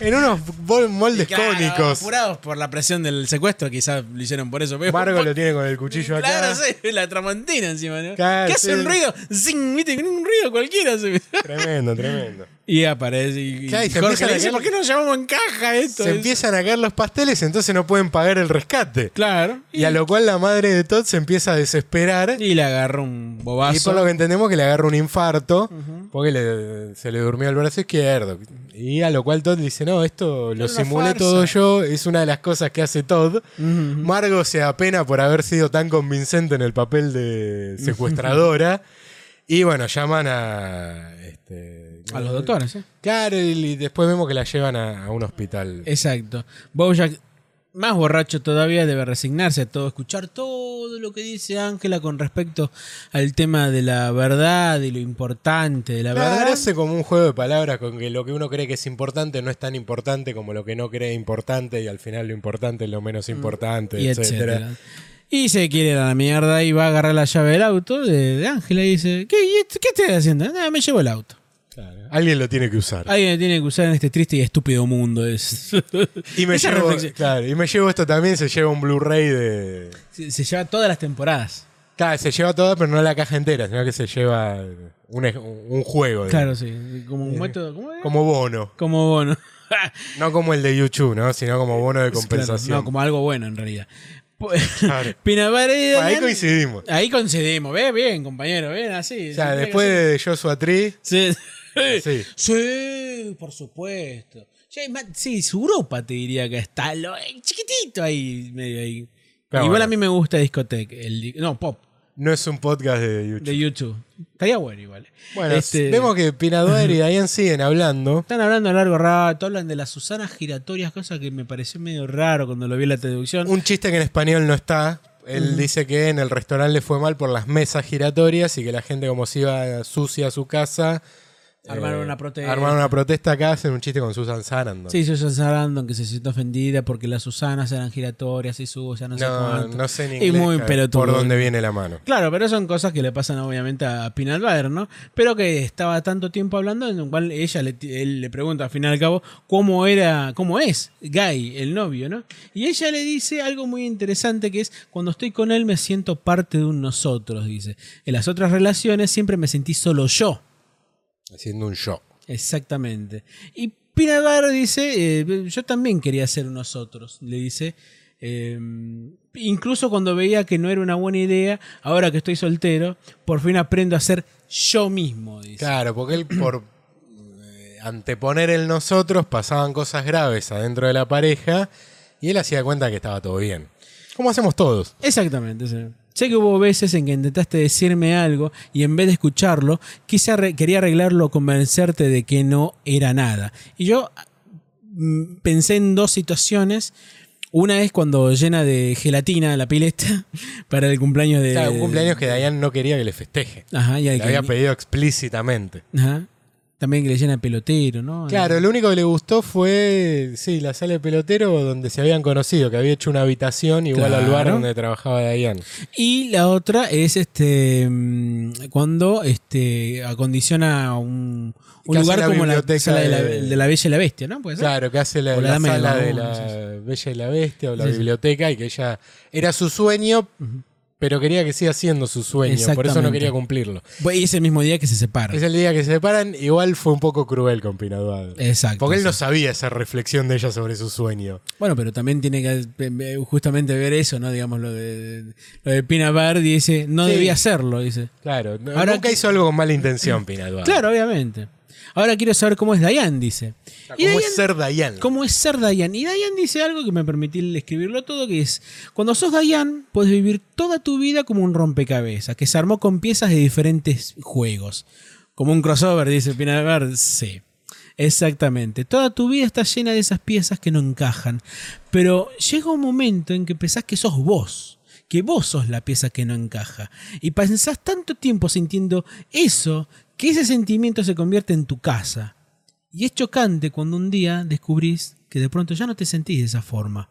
[SPEAKER 1] en unos bol- moldes
[SPEAKER 2] Claro,
[SPEAKER 1] cónicos.
[SPEAKER 2] Apurados por la presión del secuestro, quizás lo hicieron por eso. pero-
[SPEAKER 1] Margo lo tiene con el cuchillo acá.
[SPEAKER 2] Claro, sí, la tramontina encima, ¿no?
[SPEAKER 1] Claro,
[SPEAKER 2] que hace
[SPEAKER 1] sí.
[SPEAKER 2] un ruido, zing, ¿viste? un ruido cualquiera. se-
[SPEAKER 1] Tremendo, tremendo.
[SPEAKER 2] Y aparece. Y,
[SPEAKER 1] Claro, y
[SPEAKER 2] y
[SPEAKER 1] se
[SPEAKER 2] Jorge
[SPEAKER 1] empiezan
[SPEAKER 2] le
[SPEAKER 1] a
[SPEAKER 2] dice,
[SPEAKER 1] caer-
[SPEAKER 2] ¿por qué no llamamos en caja esto?
[SPEAKER 1] Se
[SPEAKER 2] Es-
[SPEAKER 1] empiezan a caer los pasteles, entonces no pueden pagar el rescate.
[SPEAKER 2] Claro.
[SPEAKER 1] Y a lo cual la madre de Todd se empieza a desesperar.
[SPEAKER 2] y le agarró un bobazo.
[SPEAKER 1] Y por lo que entendemos que le agarra un infarto,
[SPEAKER 2] Ujú.
[SPEAKER 1] porque le- se le durmió el brazo izquierdo. Y a lo cual Todd dice, no, esto lo
[SPEAKER 2] Era una
[SPEAKER 1] simulé
[SPEAKER 2] farsa".
[SPEAKER 1] todo yo, es una de las cosas que hace Todd.
[SPEAKER 2] Ujú.
[SPEAKER 1] Margo se apena por haber sido tan convincente en el papel de secuestradora. y bueno, llaman a... este,
[SPEAKER 2] A los doctores, ¿eh?
[SPEAKER 1] Claro, y después vemos que la llevan a, a un hospital.
[SPEAKER 2] Exacto. Bojack, más borracho todavía, debe resignarse a todo, escuchar todo lo que dice Ángela con respecto al tema de la verdad y lo importante de la
[SPEAKER 1] Claro,
[SPEAKER 2] verdad.
[SPEAKER 1] hace como un juego de palabras con que lo que uno cree que es importante no es tan importante como lo que no cree importante y al final lo importante es lo menos importante,
[SPEAKER 2] Mm. y
[SPEAKER 1] etcétera.
[SPEAKER 2] etcétera. Y se quiere ir a la mierda y va a agarrar la llave del auto de de Ángela y dice, ¿qué, y esto- qué estás haciendo? Nada, me llevo el auto.
[SPEAKER 1] Claro. Alguien lo tiene que usar.
[SPEAKER 2] Alguien lo tiene que usar en este triste y estúpido mundo. Es.
[SPEAKER 1] Y me,
[SPEAKER 2] Esa
[SPEAKER 1] llevo,
[SPEAKER 2] reflexión.
[SPEAKER 1] claro, y me llevo esto también, se lleva un Blu-ray de...
[SPEAKER 2] Se, se lleva todas las temporadas.
[SPEAKER 1] Claro, se lleva toda, pero no la caja entera, sino que se lleva un, ej- un juego.
[SPEAKER 2] Claro,
[SPEAKER 1] digamos.
[SPEAKER 2] sí. Como un método. ¿Cómo era?
[SPEAKER 1] Como bono.
[SPEAKER 2] Como bono.
[SPEAKER 1] No como el de YouTube, ¿no? Sino como bono de
[SPEAKER 2] Claro, no,
[SPEAKER 1] compensación.
[SPEAKER 2] como algo bueno en realidad.
[SPEAKER 1] Claro.
[SPEAKER 2] Pinavareda.
[SPEAKER 1] Ahí coincidimos.
[SPEAKER 2] Ahí coincidimos. Ve bien, compañero. Bien, así.
[SPEAKER 1] O sea, después de Joshua Tree...
[SPEAKER 2] Sí.
[SPEAKER 1] Sí.
[SPEAKER 2] Sí, por supuesto. Ya hay más- Sí, su Europa te diría que está lo, eh, chiquitito ahí, medio ahí.
[SPEAKER 1] Pero
[SPEAKER 2] Igual
[SPEAKER 1] bueno.
[SPEAKER 2] a mí me gusta Discotec, el, di- no, pop,
[SPEAKER 1] No es un podcast de YouTube.
[SPEAKER 2] de YouTube. Estaría bueno igual.
[SPEAKER 1] Bueno,
[SPEAKER 2] Este,
[SPEAKER 1] vemos que Pinaduer y Dayan siguen hablando.
[SPEAKER 2] Están hablando a largo rato, hablan de las Susanas giratorias, cosa que me pareció medio raro cuando lo vi en la traducción.
[SPEAKER 1] Un chiste que en español no está. Él dice que en el restaurante le fue mal por las mesas giratorias y que la gente como si iba sucia a su casa. eh,
[SPEAKER 2] Armaron una protesta.
[SPEAKER 1] Armaron una protesta acá, hacen un chiste con Susan Sarandon.
[SPEAKER 2] Sí, Susan Sarandon que se siente ofendida porque las Susanas eran giratorias y sucias, no, sé
[SPEAKER 1] no,
[SPEAKER 2] cuánto.
[SPEAKER 1] no sé ni
[SPEAKER 2] Y muy
[SPEAKER 1] inglés,
[SPEAKER 2] pelotudo.
[SPEAKER 1] por dónde viene la mano.
[SPEAKER 2] Claro, pero son cosas que le pasan obviamente a Pinalbaer, ¿no? Pero que estaba tanto tiempo hablando, en lo cual ella le, él le pregunta al fin y al cabo cómo era, cómo es Guy, el novio, ¿no? Y ella le dice algo muy interesante que es, cuando estoy con él me siento parte de un nosotros, dice. En las otras relaciones siempre me sentí solo yo.
[SPEAKER 1] Haciendo un show.
[SPEAKER 2] Exactamente. Y Pinabar dice, eh, yo también quería ser nosotros, le dice. eh, incluso cuando veía que no era una buena idea, ahora que estoy soltero, por fin aprendo a ser yo mismo, dice.
[SPEAKER 1] Claro, porque él por eh, anteponer el nosotros pasaban cosas graves adentro de la pareja y él hacía cuenta que estaba todo bien. Como hacemos todos.
[SPEAKER 2] Exactamente, sí. Sé que hubo veces en que intentaste decirme algo y en vez de escucharlo, quise arre- quería arreglarlo o convencerte de que no era nada. Y yo mm, pensé en dos situaciones. Una es cuando llena de gelatina la pileta para el cumpleaños de...
[SPEAKER 1] Claro, un cumpleaños que Dayan no quería Eh, que le festeje.
[SPEAKER 2] Ajá, y al
[SPEAKER 1] Le
[SPEAKER 2] que-
[SPEAKER 1] había pedido explícitamente.
[SPEAKER 2] Ajá. También que le llena de pelotero, ¿no?
[SPEAKER 1] Claro, lo único que le gustó fue, sí, la sala de pelotero donde se habían conocido, que había hecho una habitación igual al bar
[SPEAKER 2] Claro.
[SPEAKER 1] donde trabajaba Dayan.
[SPEAKER 2] Y la otra es este mm, cuando este acondiciona un, un
[SPEAKER 1] Que hace
[SPEAKER 2] lugar
[SPEAKER 1] la
[SPEAKER 2] como la
[SPEAKER 1] biblioteca
[SPEAKER 2] sala de la,
[SPEAKER 1] de-
[SPEAKER 2] de la Bella y la Bestia, ¿no? ¿Puede ser?
[SPEAKER 1] Claro, que hace la,
[SPEAKER 2] O la
[SPEAKER 1] la
[SPEAKER 2] Dama del
[SPEAKER 1] sala de
[SPEAKER 2] Vagón,
[SPEAKER 1] la Bella y la Bestia o la
[SPEAKER 2] Sí, sí.
[SPEAKER 1] biblioteca y que ella era su sueño, pero quería que siga siendo su sueño, por eso no
[SPEAKER 2] Exactamente.
[SPEAKER 1] quería cumplirlo.
[SPEAKER 2] Fue Pues, ese mismo día que se separan.
[SPEAKER 1] Es el día que se separan, igual fue un poco cruel con Pinaduado.
[SPEAKER 2] Exacto.
[SPEAKER 1] Porque él no
[SPEAKER 2] sí.
[SPEAKER 1] sabía esa reflexión de ella sobre su sueño.
[SPEAKER 2] Bueno, pero también tiene que eh, justamente ver eso, ¿no? Digamos, lo de, lo de Pina Bardi dice, no
[SPEAKER 1] Sí.
[SPEAKER 2] debía hacerlo, dice.
[SPEAKER 1] Claro, no-
[SPEAKER 2] Ahora
[SPEAKER 1] nunca
[SPEAKER 2] que-
[SPEAKER 1] hizo algo con mala intención Pinaduado.
[SPEAKER 2] Claro, obviamente. Ahora quiero saber cómo es Diane, dice.
[SPEAKER 1] ¿Cómo
[SPEAKER 2] Y Diane-
[SPEAKER 1] es ser Dayan?
[SPEAKER 2] ¿Cómo es ser Dayan? Y Dayan dice algo que me permití escribirlo todo, que es, cuando sos Dayan, puedes vivir toda tu vida como un rompecabezas, que se armó con piezas de diferentes juegos. Como un crossover, dice Pinaver. Sí, exactamente. Toda tu vida está llena de esas piezas que no encajan. Pero llega un momento en que pensás que sos vos. Que vos sos la pieza que no encaja. Y pensás tanto tiempo sintiendo eso, que ese sentimiento se convierte en tu casa. Y es chocante cuando un día descubrís que de pronto ya no te sentís de esa forma.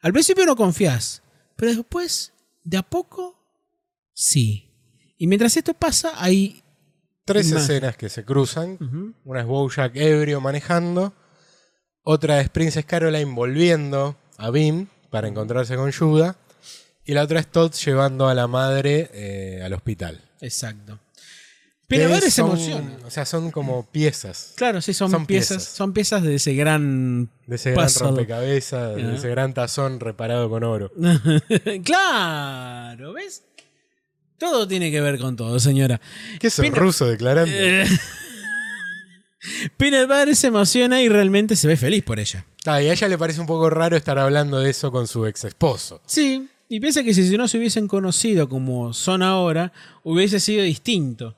[SPEAKER 2] Al principio no confías, pero después, de a poco, sí. Y mientras esto pasa, hay...
[SPEAKER 1] Tres
[SPEAKER 2] Más.
[SPEAKER 1] escenas que se cruzan. Una es Bojack ebrio manejando. Otra es Princess Caroline volviendo a Bim para encontrarse con Yuda. Y la otra es Todd llevando a la madre eh, al hospital.
[SPEAKER 2] Exacto. Pero
[SPEAKER 1] Que
[SPEAKER 2] ahora se
[SPEAKER 1] son-
[SPEAKER 2] emociona.
[SPEAKER 1] O sea, son como piezas
[SPEAKER 2] Claro, sí, son,
[SPEAKER 1] Son
[SPEAKER 2] piezas,
[SPEAKER 1] piezas.
[SPEAKER 2] Son piezas de ese gran.
[SPEAKER 1] de ese gran
[SPEAKER 2] Puzzle.
[SPEAKER 1] rompecabezas,
[SPEAKER 2] Ajá.
[SPEAKER 1] de ese gran tazón reparado con oro.
[SPEAKER 2] claro, ¿ves? Todo tiene que ver con todo, señora.
[SPEAKER 1] ¿Qué es
[SPEAKER 2] Pero-
[SPEAKER 1] ruso declarante?
[SPEAKER 2] Eh, Peanut Butter se emociona y realmente se ve feliz por ella.
[SPEAKER 1] Ah, y a ella le parece un poco raro estar hablando de eso con su ex esposo.
[SPEAKER 2] Sí, y piensa que si no se hubiesen conocido como son ahora, hubiese sido distinto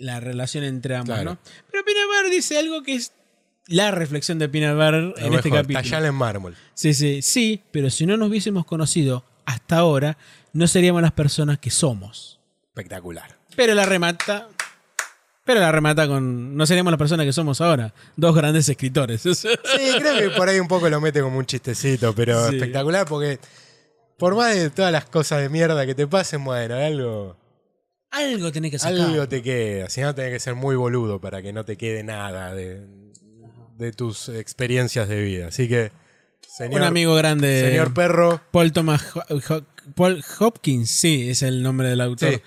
[SPEAKER 2] la relación entre ambos,
[SPEAKER 1] Claro.
[SPEAKER 2] ¿no? Pero Peanut Butter dice algo que es la reflexión de Peanut Butter en este capítulo.
[SPEAKER 1] en mármol.
[SPEAKER 2] Sí, sí, sí, pero si no nos hubiésemos conocido hasta ahora, no seríamos las personas que somos.
[SPEAKER 1] Espectacular.
[SPEAKER 2] Pero la remata. Pero la remata con. No seríamos las personas que somos ahora. Dos grandes escritores.
[SPEAKER 1] Sí, creo que por ahí un poco lo mete como un chistecito, pero
[SPEAKER 2] Sí.
[SPEAKER 1] espectacular porque por más de todas las cosas de mierda que te pasen, bueno, algo,
[SPEAKER 2] Algo tenés que sacar.
[SPEAKER 1] algo te queda. Si no, tenés que ser muy boludo para que no te quede nada de, de tus experiencias de vida. Así que, señor,
[SPEAKER 2] Un amigo grande.
[SPEAKER 1] señor perro,
[SPEAKER 2] Paul Thomas Ho- Ho- Paul Hopkins, sí, es el nombre del autor.
[SPEAKER 1] Sí.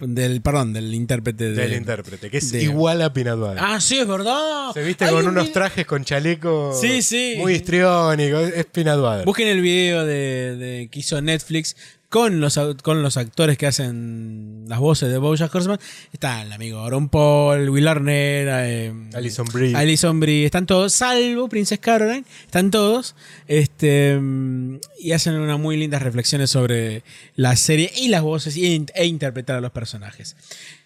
[SPEAKER 2] Del, perdón, del intérprete de-
[SPEAKER 1] del intérprete, que es
[SPEAKER 2] de-
[SPEAKER 1] igual a Peanut Butter.
[SPEAKER 2] Ah, sí, es verdad.
[SPEAKER 1] Se viste
[SPEAKER 2] Hay
[SPEAKER 1] con
[SPEAKER 2] un
[SPEAKER 1] unos
[SPEAKER 2] vide-
[SPEAKER 1] trajes con chaleco
[SPEAKER 2] Sí, sí.
[SPEAKER 1] muy histriónico, es es Peanut Butter.
[SPEAKER 2] Busquen el video de, de que hizo Netflix con los, au- con los actores que hacen las voces de Bojack Horseman. Está el amigo Aaron Paul, Will Arner, eh,
[SPEAKER 1] Alison Brie.
[SPEAKER 2] Alison Brie. Están todos, salvo Princess Caroline, están todos. Este, mm, y hacen unas muy lindas reflexiones sobre la serie y las voces y in- e interpretar a los personajes.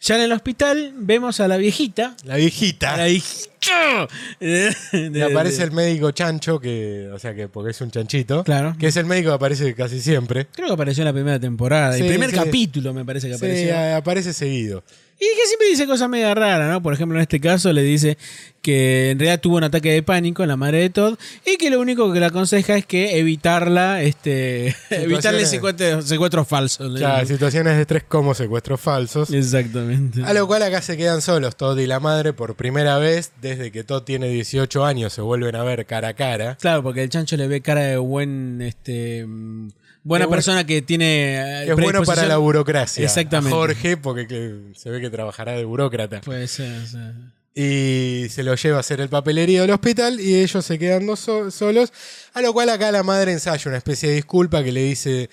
[SPEAKER 2] Ya en el hospital vemos a la viejita.
[SPEAKER 1] La viejita.
[SPEAKER 2] A la viejita. de-
[SPEAKER 1] Y aparece el médico chancho, que, o sea, que porque es un chanchito.
[SPEAKER 2] Claro.
[SPEAKER 1] Que es el médico que aparece casi siempre.
[SPEAKER 2] Creo que apareció en la primera temporada. el
[SPEAKER 1] Sí,
[SPEAKER 2] primer
[SPEAKER 1] sí.
[SPEAKER 2] capítulo me parece que
[SPEAKER 1] Sí,
[SPEAKER 2] apareció.
[SPEAKER 1] a- aparece seguido.
[SPEAKER 2] Y que siempre dice cosas media raras, ¿no? Por ejemplo, en este caso le dice que en realidad tuvo un ataque de pánico en la madre de Todd y que lo único que le aconseja es que evitarla, este, evitarle secuestros, secuestros falsos. le
[SPEAKER 1] Ya,
[SPEAKER 2] dice.
[SPEAKER 1] situaciones de estrés como secuestros falsos.
[SPEAKER 2] Exactamente.
[SPEAKER 1] A lo cual acá se quedan solos Todd y la madre por primera vez desde que Todd tiene 18 años. Se vuelven a ver cara a cara.
[SPEAKER 2] Claro, porque el chancho le ve cara de buen, este, mm, buena
[SPEAKER 1] Que bueno-
[SPEAKER 2] persona que tiene eh,
[SPEAKER 1] Es bueno para
[SPEAKER 2] predisposición.
[SPEAKER 1] la burocracia.
[SPEAKER 2] Exactamente.
[SPEAKER 1] A Jorge, porque que- se ve que trabajará de burócrata.
[SPEAKER 2] Puede ser, o sea.
[SPEAKER 1] Y se lo lleva a hacer el papelerío del hospital y ellos se quedan dos so- solos. A lo cual acá la madre ensaya una especie de disculpa que le dice,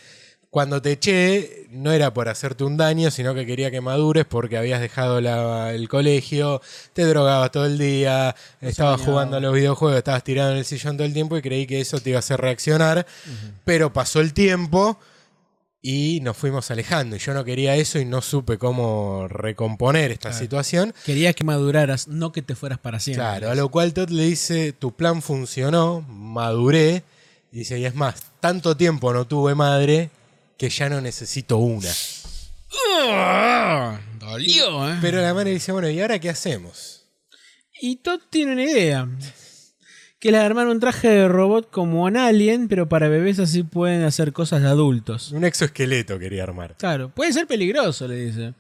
[SPEAKER 1] cuando te eché no era por hacerte un daño, sino que quería que madures porque habías dejado la- el colegio, te drogabas todo el día, estabas
[SPEAKER 2] soñaba.
[SPEAKER 1] jugando a los videojuegos, estabas tirado en el sillón todo el tiempo y creí que eso te iba a hacer reaccionar. Pero pasó el tiempo y nos fuimos alejando. Y yo no quería eso y no supe cómo recomponer esta
[SPEAKER 2] Claro.
[SPEAKER 1] situación.
[SPEAKER 2] Quería que maduraras, no que te fueras para siempre.
[SPEAKER 1] Claro, a lo cual Todd le dice, tu plan funcionó, maduré. Y dice, y es más, tanto tiempo no tuve madre que ya no necesito una.
[SPEAKER 2] ¡Ah! Dolió, ¿eh?
[SPEAKER 1] Pero la madre dice, bueno, ¿y ahora qué hacemos?
[SPEAKER 2] Y Todd tiene una idea. Que es la de armar un traje de robot como en Alien, pero para bebés así pueden hacer cosas de adultos.
[SPEAKER 1] Un exoesqueleto quería armar.
[SPEAKER 2] Claro, puede ser peligroso, le dice.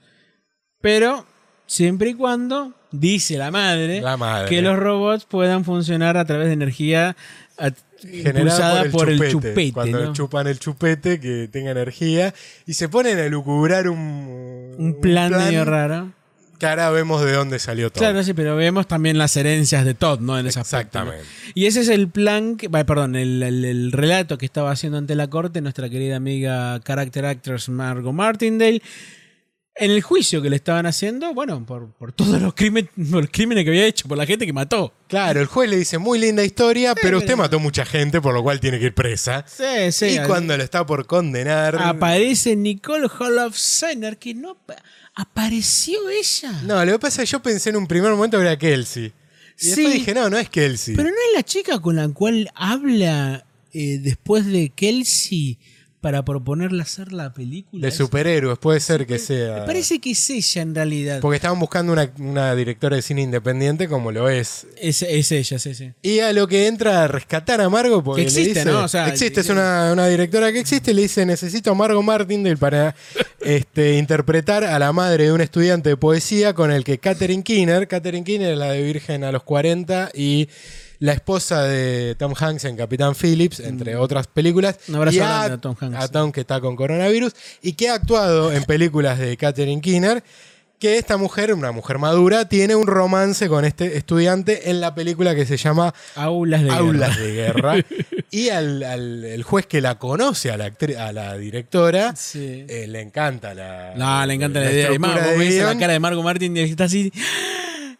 [SPEAKER 2] Pero siempre y cuando, dice la madre,
[SPEAKER 1] La madre.
[SPEAKER 2] ¿Eh? que los robots puedan funcionar a través de energía at- impulsada por el, chupete.
[SPEAKER 1] Cuando
[SPEAKER 2] ¿no?
[SPEAKER 1] chupan el chupete, que tenga energía. Y se ponen a lucubrar un,
[SPEAKER 2] Un plan medio raro.
[SPEAKER 1] Que ahora vemos de dónde salió todo.
[SPEAKER 2] Claro, sí, pero vemos también las herencias de Todd, ¿no? En ese aspecto, ¿no?
[SPEAKER 1] Exactamente.
[SPEAKER 2] Y ese es el plan, que- bah, perdón, el, el- el relato que estaba haciendo ante la corte nuestra querida amiga character actress Margot Martindale. En el juicio que le estaban haciendo, bueno, por, por todos los crímenes, por los crímenes que había hecho, por la gente que mató.
[SPEAKER 1] Claro, el juez le dice, muy linda historia, pero usted mató mucha gente, por lo cual tiene que ir presa.
[SPEAKER 2] Sí, sí. Ah,
[SPEAKER 1] y cuando lo está por condenar.
[SPEAKER 2] aparece Nicole Holofcener, que no apa- apareció ella.
[SPEAKER 1] No, lo que pasa es que yo pensé en un primer momento que era Kelsey. Y
[SPEAKER 2] Sí.
[SPEAKER 1] después dije, no, no es Kelsey.
[SPEAKER 2] Pero no es la chica con la cual habla eh, después de Kelsey para proponerle hacer la película.
[SPEAKER 1] de
[SPEAKER 2] esa.
[SPEAKER 1] superhéroes, puede ser que sea.
[SPEAKER 2] Me parece que es ella en realidad.
[SPEAKER 1] Porque estaban buscando una, una directora de cine independiente como lo es.
[SPEAKER 2] Es, es ella, sí, sí.
[SPEAKER 1] Y a lo que entra a rescatar a Margo, porque
[SPEAKER 2] Que existe,
[SPEAKER 1] le dice,
[SPEAKER 2] ¿no? O sea,
[SPEAKER 1] existe, es
[SPEAKER 2] que-
[SPEAKER 1] una, una directora que existe, le dice, necesito a Margo Martindale para este, interpretar a la madre de un estudiante de poesía con el que Katherine Keener, Katherine Keener es la de Virgen a los 40 y la esposa de Tom Hanks en Capitán Phillips, entre otras películas.
[SPEAKER 2] Mm. Un abrazo
[SPEAKER 1] y
[SPEAKER 2] grande a Tom Hanks.
[SPEAKER 1] A Tom que está con coronavirus y que ha actuado en películas de Katherine Keener. Que esta mujer, una mujer madura, tiene un romance con este estudiante en la película que se llama
[SPEAKER 2] Aulas de
[SPEAKER 1] Aulas
[SPEAKER 2] guerra.
[SPEAKER 1] de Guerra. y al, al- el juez que la conoce, a la, actri- a la directora,
[SPEAKER 2] Sí.
[SPEAKER 1] eh, le encanta la.
[SPEAKER 2] no, le encanta la, idea. Y
[SPEAKER 1] estructura
[SPEAKER 2] más,
[SPEAKER 1] de
[SPEAKER 2] vos ves la
[SPEAKER 1] guión
[SPEAKER 2] cara de Marco Martín y está así.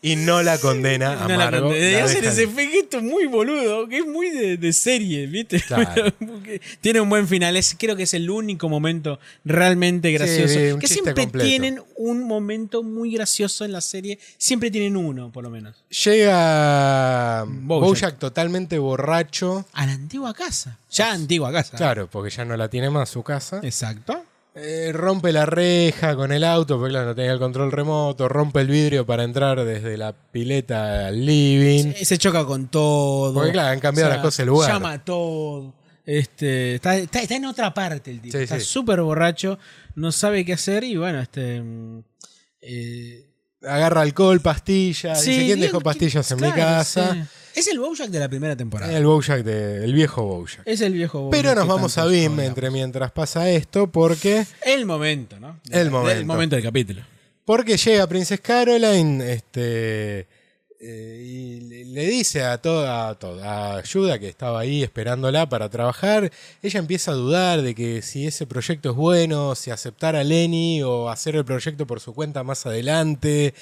[SPEAKER 1] Y no la condena a
[SPEAKER 2] No la
[SPEAKER 1] Ah, Margo,
[SPEAKER 2] conté.
[SPEAKER 1] la
[SPEAKER 2] Debería hacer
[SPEAKER 1] dejan-
[SPEAKER 2] ese gesto muy boludo, que es muy de, de serie, ¿viste?
[SPEAKER 1] Claro.
[SPEAKER 2] Pero que Tiene un buen final. Es, creo que es el único momento realmente gracioso.
[SPEAKER 1] un
[SPEAKER 2] que
[SPEAKER 1] chiste
[SPEAKER 2] siempre
[SPEAKER 1] completo.
[SPEAKER 2] tienen un momento muy gracioso en la serie. Siempre tienen uno, por lo menos.
[SPEAKER 1] Llega
[SPEAKER 2] Bojack.
[SPEAKER 1] Bojack. totalmente borracho.
[SPEAKER 2] A la antigua casa. Ya antigua casa.
[SPEAKER 1] Pues, Claro, porque ya no la tiene más su casa.
[SPEAKER 2] Exacto.
[SPEAKER 1] Eh, rompe la reja con el auto, porque claro, no tenía el control remoto. Rompe el vidrio para entrar desde la pileta al living.
[SPEAKER 2] Se, se choca con todo.
[SPEAKER 1] Porque, claro, han cambiado las cosas del lugar.
[SPEAKER 2] Llama a todo. Este, está, está- está en otra parte el tipo.
[SPEAKER 1] Sí,
[SPEAKER 2] está
[SPEAKER 1] sí.
[SPEAKER 2] súper borracho. No sabe qué hacer. Y bueno, este. mm, eh,
[SPEAKER 1] Agarra alcohol, pastillas.
[SPEAKER 2] Sí,
[SPEAKER 1] Ah, dice, ¿quién
[SPEAKER 2] digo,
[SPEAKER 1] dejó
[SPEAKER 2] ¿qué-
[SPEAKER 1] pastillas en mi
[SPEAKER 2] claro,
[SPEAKER 1] casa?
[SPEAKER 2] sí. Es el Bojack de la primera temporada.
[SPEAKER 1] El Bojack, de- el viejo Bojack.
[SPEAKER 2] es el viejo Bojack.
[SPEAKER 1] Pero nos
[SPEAKER 2] que
[SPEAKER 1] vamos a
[SPEAKER 2] tanto
[SPEAKER 1] BIM
[SPEAKER 2] odiamos.
[SPEAKER 1] entre mientras pasa esto, porque...
[SPEAKER 2] El momento, ¿no?
[SPEAKER 1] El momento.
[SPEAKER 2] El momento del capítulo.
[SPEAKER 1] Porque llega Princess Caroline este, eh, y le- le dice a toda, a toda a Yuda que estaba ahí esperándola para trabajar. Ella empieza a dudar de que si ese proyecto es bueno, si aceptar a Lenny o hacer el proyecto por su cuenta más adelante,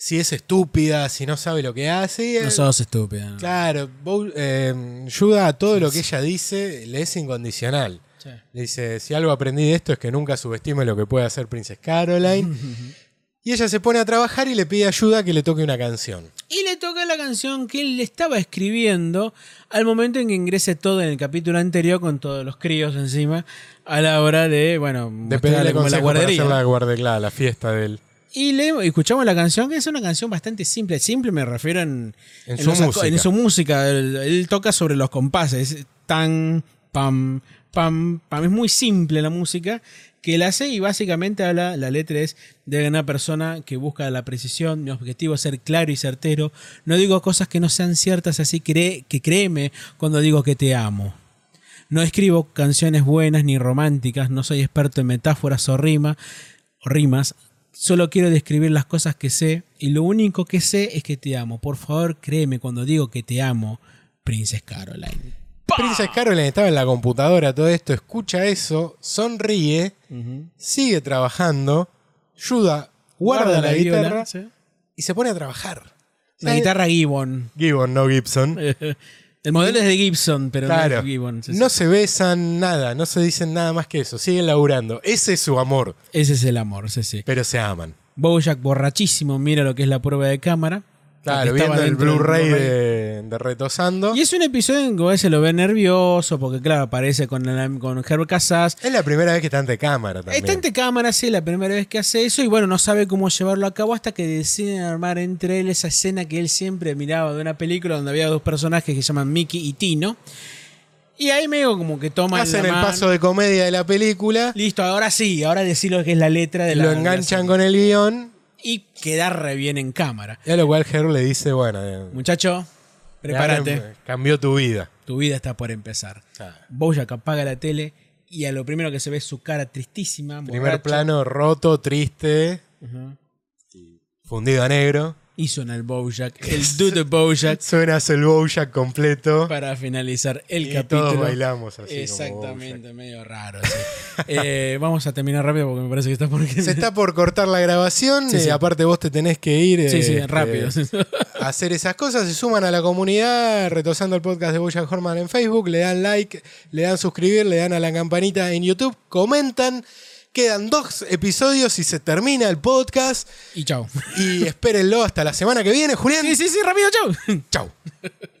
[SPEAKER 1] si es estúpida, si no sabe lo que hace. Y, eh,
[SPEAKER 2] No sos estúpida. ¿no?
[SPEAKER 1] Claro, Bow- eh, Yuda a todo lo que ella dice le es incondicional.
[SPEAKER 2] Sí.
[SPEAKER 1] Le dice, si algo aprendí de esto es que nunca subestime lo que puede hacer Princess Caroline. Y ella se pone a trabajar y le pide ayuda que le toque una canción.
[SPEAKER 2] Y le toca la canción que él le estaba escribiendo al momento en que ingrese todo en el capítulo anterior con todos los críos encima a la hora de, bueno,
[SPEAKER 1] De
[SPEAKER 2] mostrarle
[SPEAKER 1] pedirle
[SPEAKER 2] como
[SPEAKER 1] consejo para hacer la guarde- claro, la fiesta de él.
[SPEAKER 2] Y le escuchamos la canción, que es una canción bastante simple. Simple me refiero en,
[SPEAKER 1] En su
[SPEAKER 2] los aco-
[SPEAKER 1] música.
[SPEAKER 2] en su música. Él, él toca sobre los compases. Tan, pam, pam, pam. Es muy simple la música que él hace y básicamente habla, la letra es de una persona que busca la precisión. Mi objetivo es ser claro y certero. No digo cosas que no sean ciertas, así cree, que créeme cuando digo que te amo. No escribo canciones buenas ni románticas, no soy experto en metáforas o, rima, o rimas. Solo quiero describir las cosas que sé y lo único que sé es que te amo. Por favor, créeme cuando digo que te amo, Princess Caroline.
[SPEAKER 1] Princess Caroline estaba en la computadora, todo esto, escucha eso, sonríe, sigue trabajando, ayuda, guarda, la,
[SPEAKER 2] viola,
[SPEAKER 1] guitarra
[SPEAKER 2] ¿sí?
[SPEAKER 1] y se pone a trabajar.
[SPEAKER 2] La guitarra Gibbon.
[SPEAKER 1] Gibbon, no Gibson.
[SPEAKER 2] El modelo es de Gibson, pero no
[SPEAKER 1] Claro.
[SPEAKER 2] es Gibbon. sí, sí.
[SPEAKER 1] No se besan nada, no se dicen nada más que eso. Siguen laburando. Ese es su amor,
[SPEAKER 2] Ese es el amor, sí, sí.
[SPEAKER 1] pero se aman.
[SPEAKER 2] Bojack borrachísimo, mira lo que es la prueba de cámara.
[SPEAKER 1] Claro,
[SPEAKER 2] Porque estaba
[SPEAKER 1] viendo el
[SPEAKER 2] dentro del
[SPEAKER 1] Blu-ray de, de Retosando.
[SPEAKER 2] Y es un episodio en que a veces lo ve nervioso, porque claro, aparece con, el- con Herb Casas.
[SPEAKER 1] Es la primera vez que está ante cámara también.
[SPEAKER 2] Está ante cámara, sí, la primera vez que hace eso, y bueno, no sabe cómo llevarlo a cabo hasta que deciden armar entre él esa escena que él siempre miraba de una película donde había dos personajes que se llaman Mickey y Tino. Y ahí medio como que toman
[SPEAKER 1] Hacen
[SPEAKER 2] la
[SPEAKER 1] el
[SPEAKER 2] mano.
[SPEAKER 1] paso de comedia de la película,
[SPEAKER 2] Listo, ahora sí, ahora decir lo que es la letra de la.
[SPEAKER 1] lo
[SPEAKER 2] de la
[SPEAKER 1] enganchan
[SPEAKER 2] escena.
[SPEAKER 1] con el guión,
[SPEAKER 2] Y queda re bien en cámara.
[SPEAKER 1] y a lo cual Herb le dice, bueno, eh,
[SPEAKER 2] Muchacho, prepárate.
[SPEAKER 1] ahora Cambió tu vida.
[SPEAKER 2] Tu vida está por empezar.
[SPEAKER 1] Ah.
[SPEAKER 2] Bojack apaga la tele y a lo primero que se ve es su cara tristísima.
[SPEAKER 1] Primer
[SPEAKER 2] borracho.
[SPEAKER 1] plano roto, triste,
[SPEAKER 2] Ujú.
[SPEAKER 1] fundido a negro.
[SPEAKER 2] Y suena el Bojack, el dude Bojack,
[SPEAKER 1] Suena el Bojack completo
[SPEAKER 2] para finalizar el
[SPEAKER 1] y
[SPEAKER 2] capítulo.
[SPEAKER 1] todos bailamos así. como
[SPEAKER 2] Exactamente, medio raro. sí. Eh, vamos a terminar rápido porque me parece que está por...
[SPEAKER 1] Bojack. Se está por cortar la grabación,
[SPEAKER 2] Sí, sí.
[SPEAKER 1] y aparte vos te tenés que ir.
[SPEAKER 2] Sí, sí,
[SPEAKER 1] este,
[SPEAKER 2] rápido.
[SPEAKER 1] hacer esas cosas, se suman a la comunidad retosando el podcast de Bojack Horman en Facebook, le dan like, le dan suscribir, le dan a la campanita en YouTube, comentan, quedan dos episodios y se termina el podcast
[SPEAKER 2] y chao.
[SPEAKER 1] y espérenlo hasta la semana que viene, Julián.
[SPEAKER 2] Sí, sí, sí, rápido, chao.
[SPEAKER 1] Chau.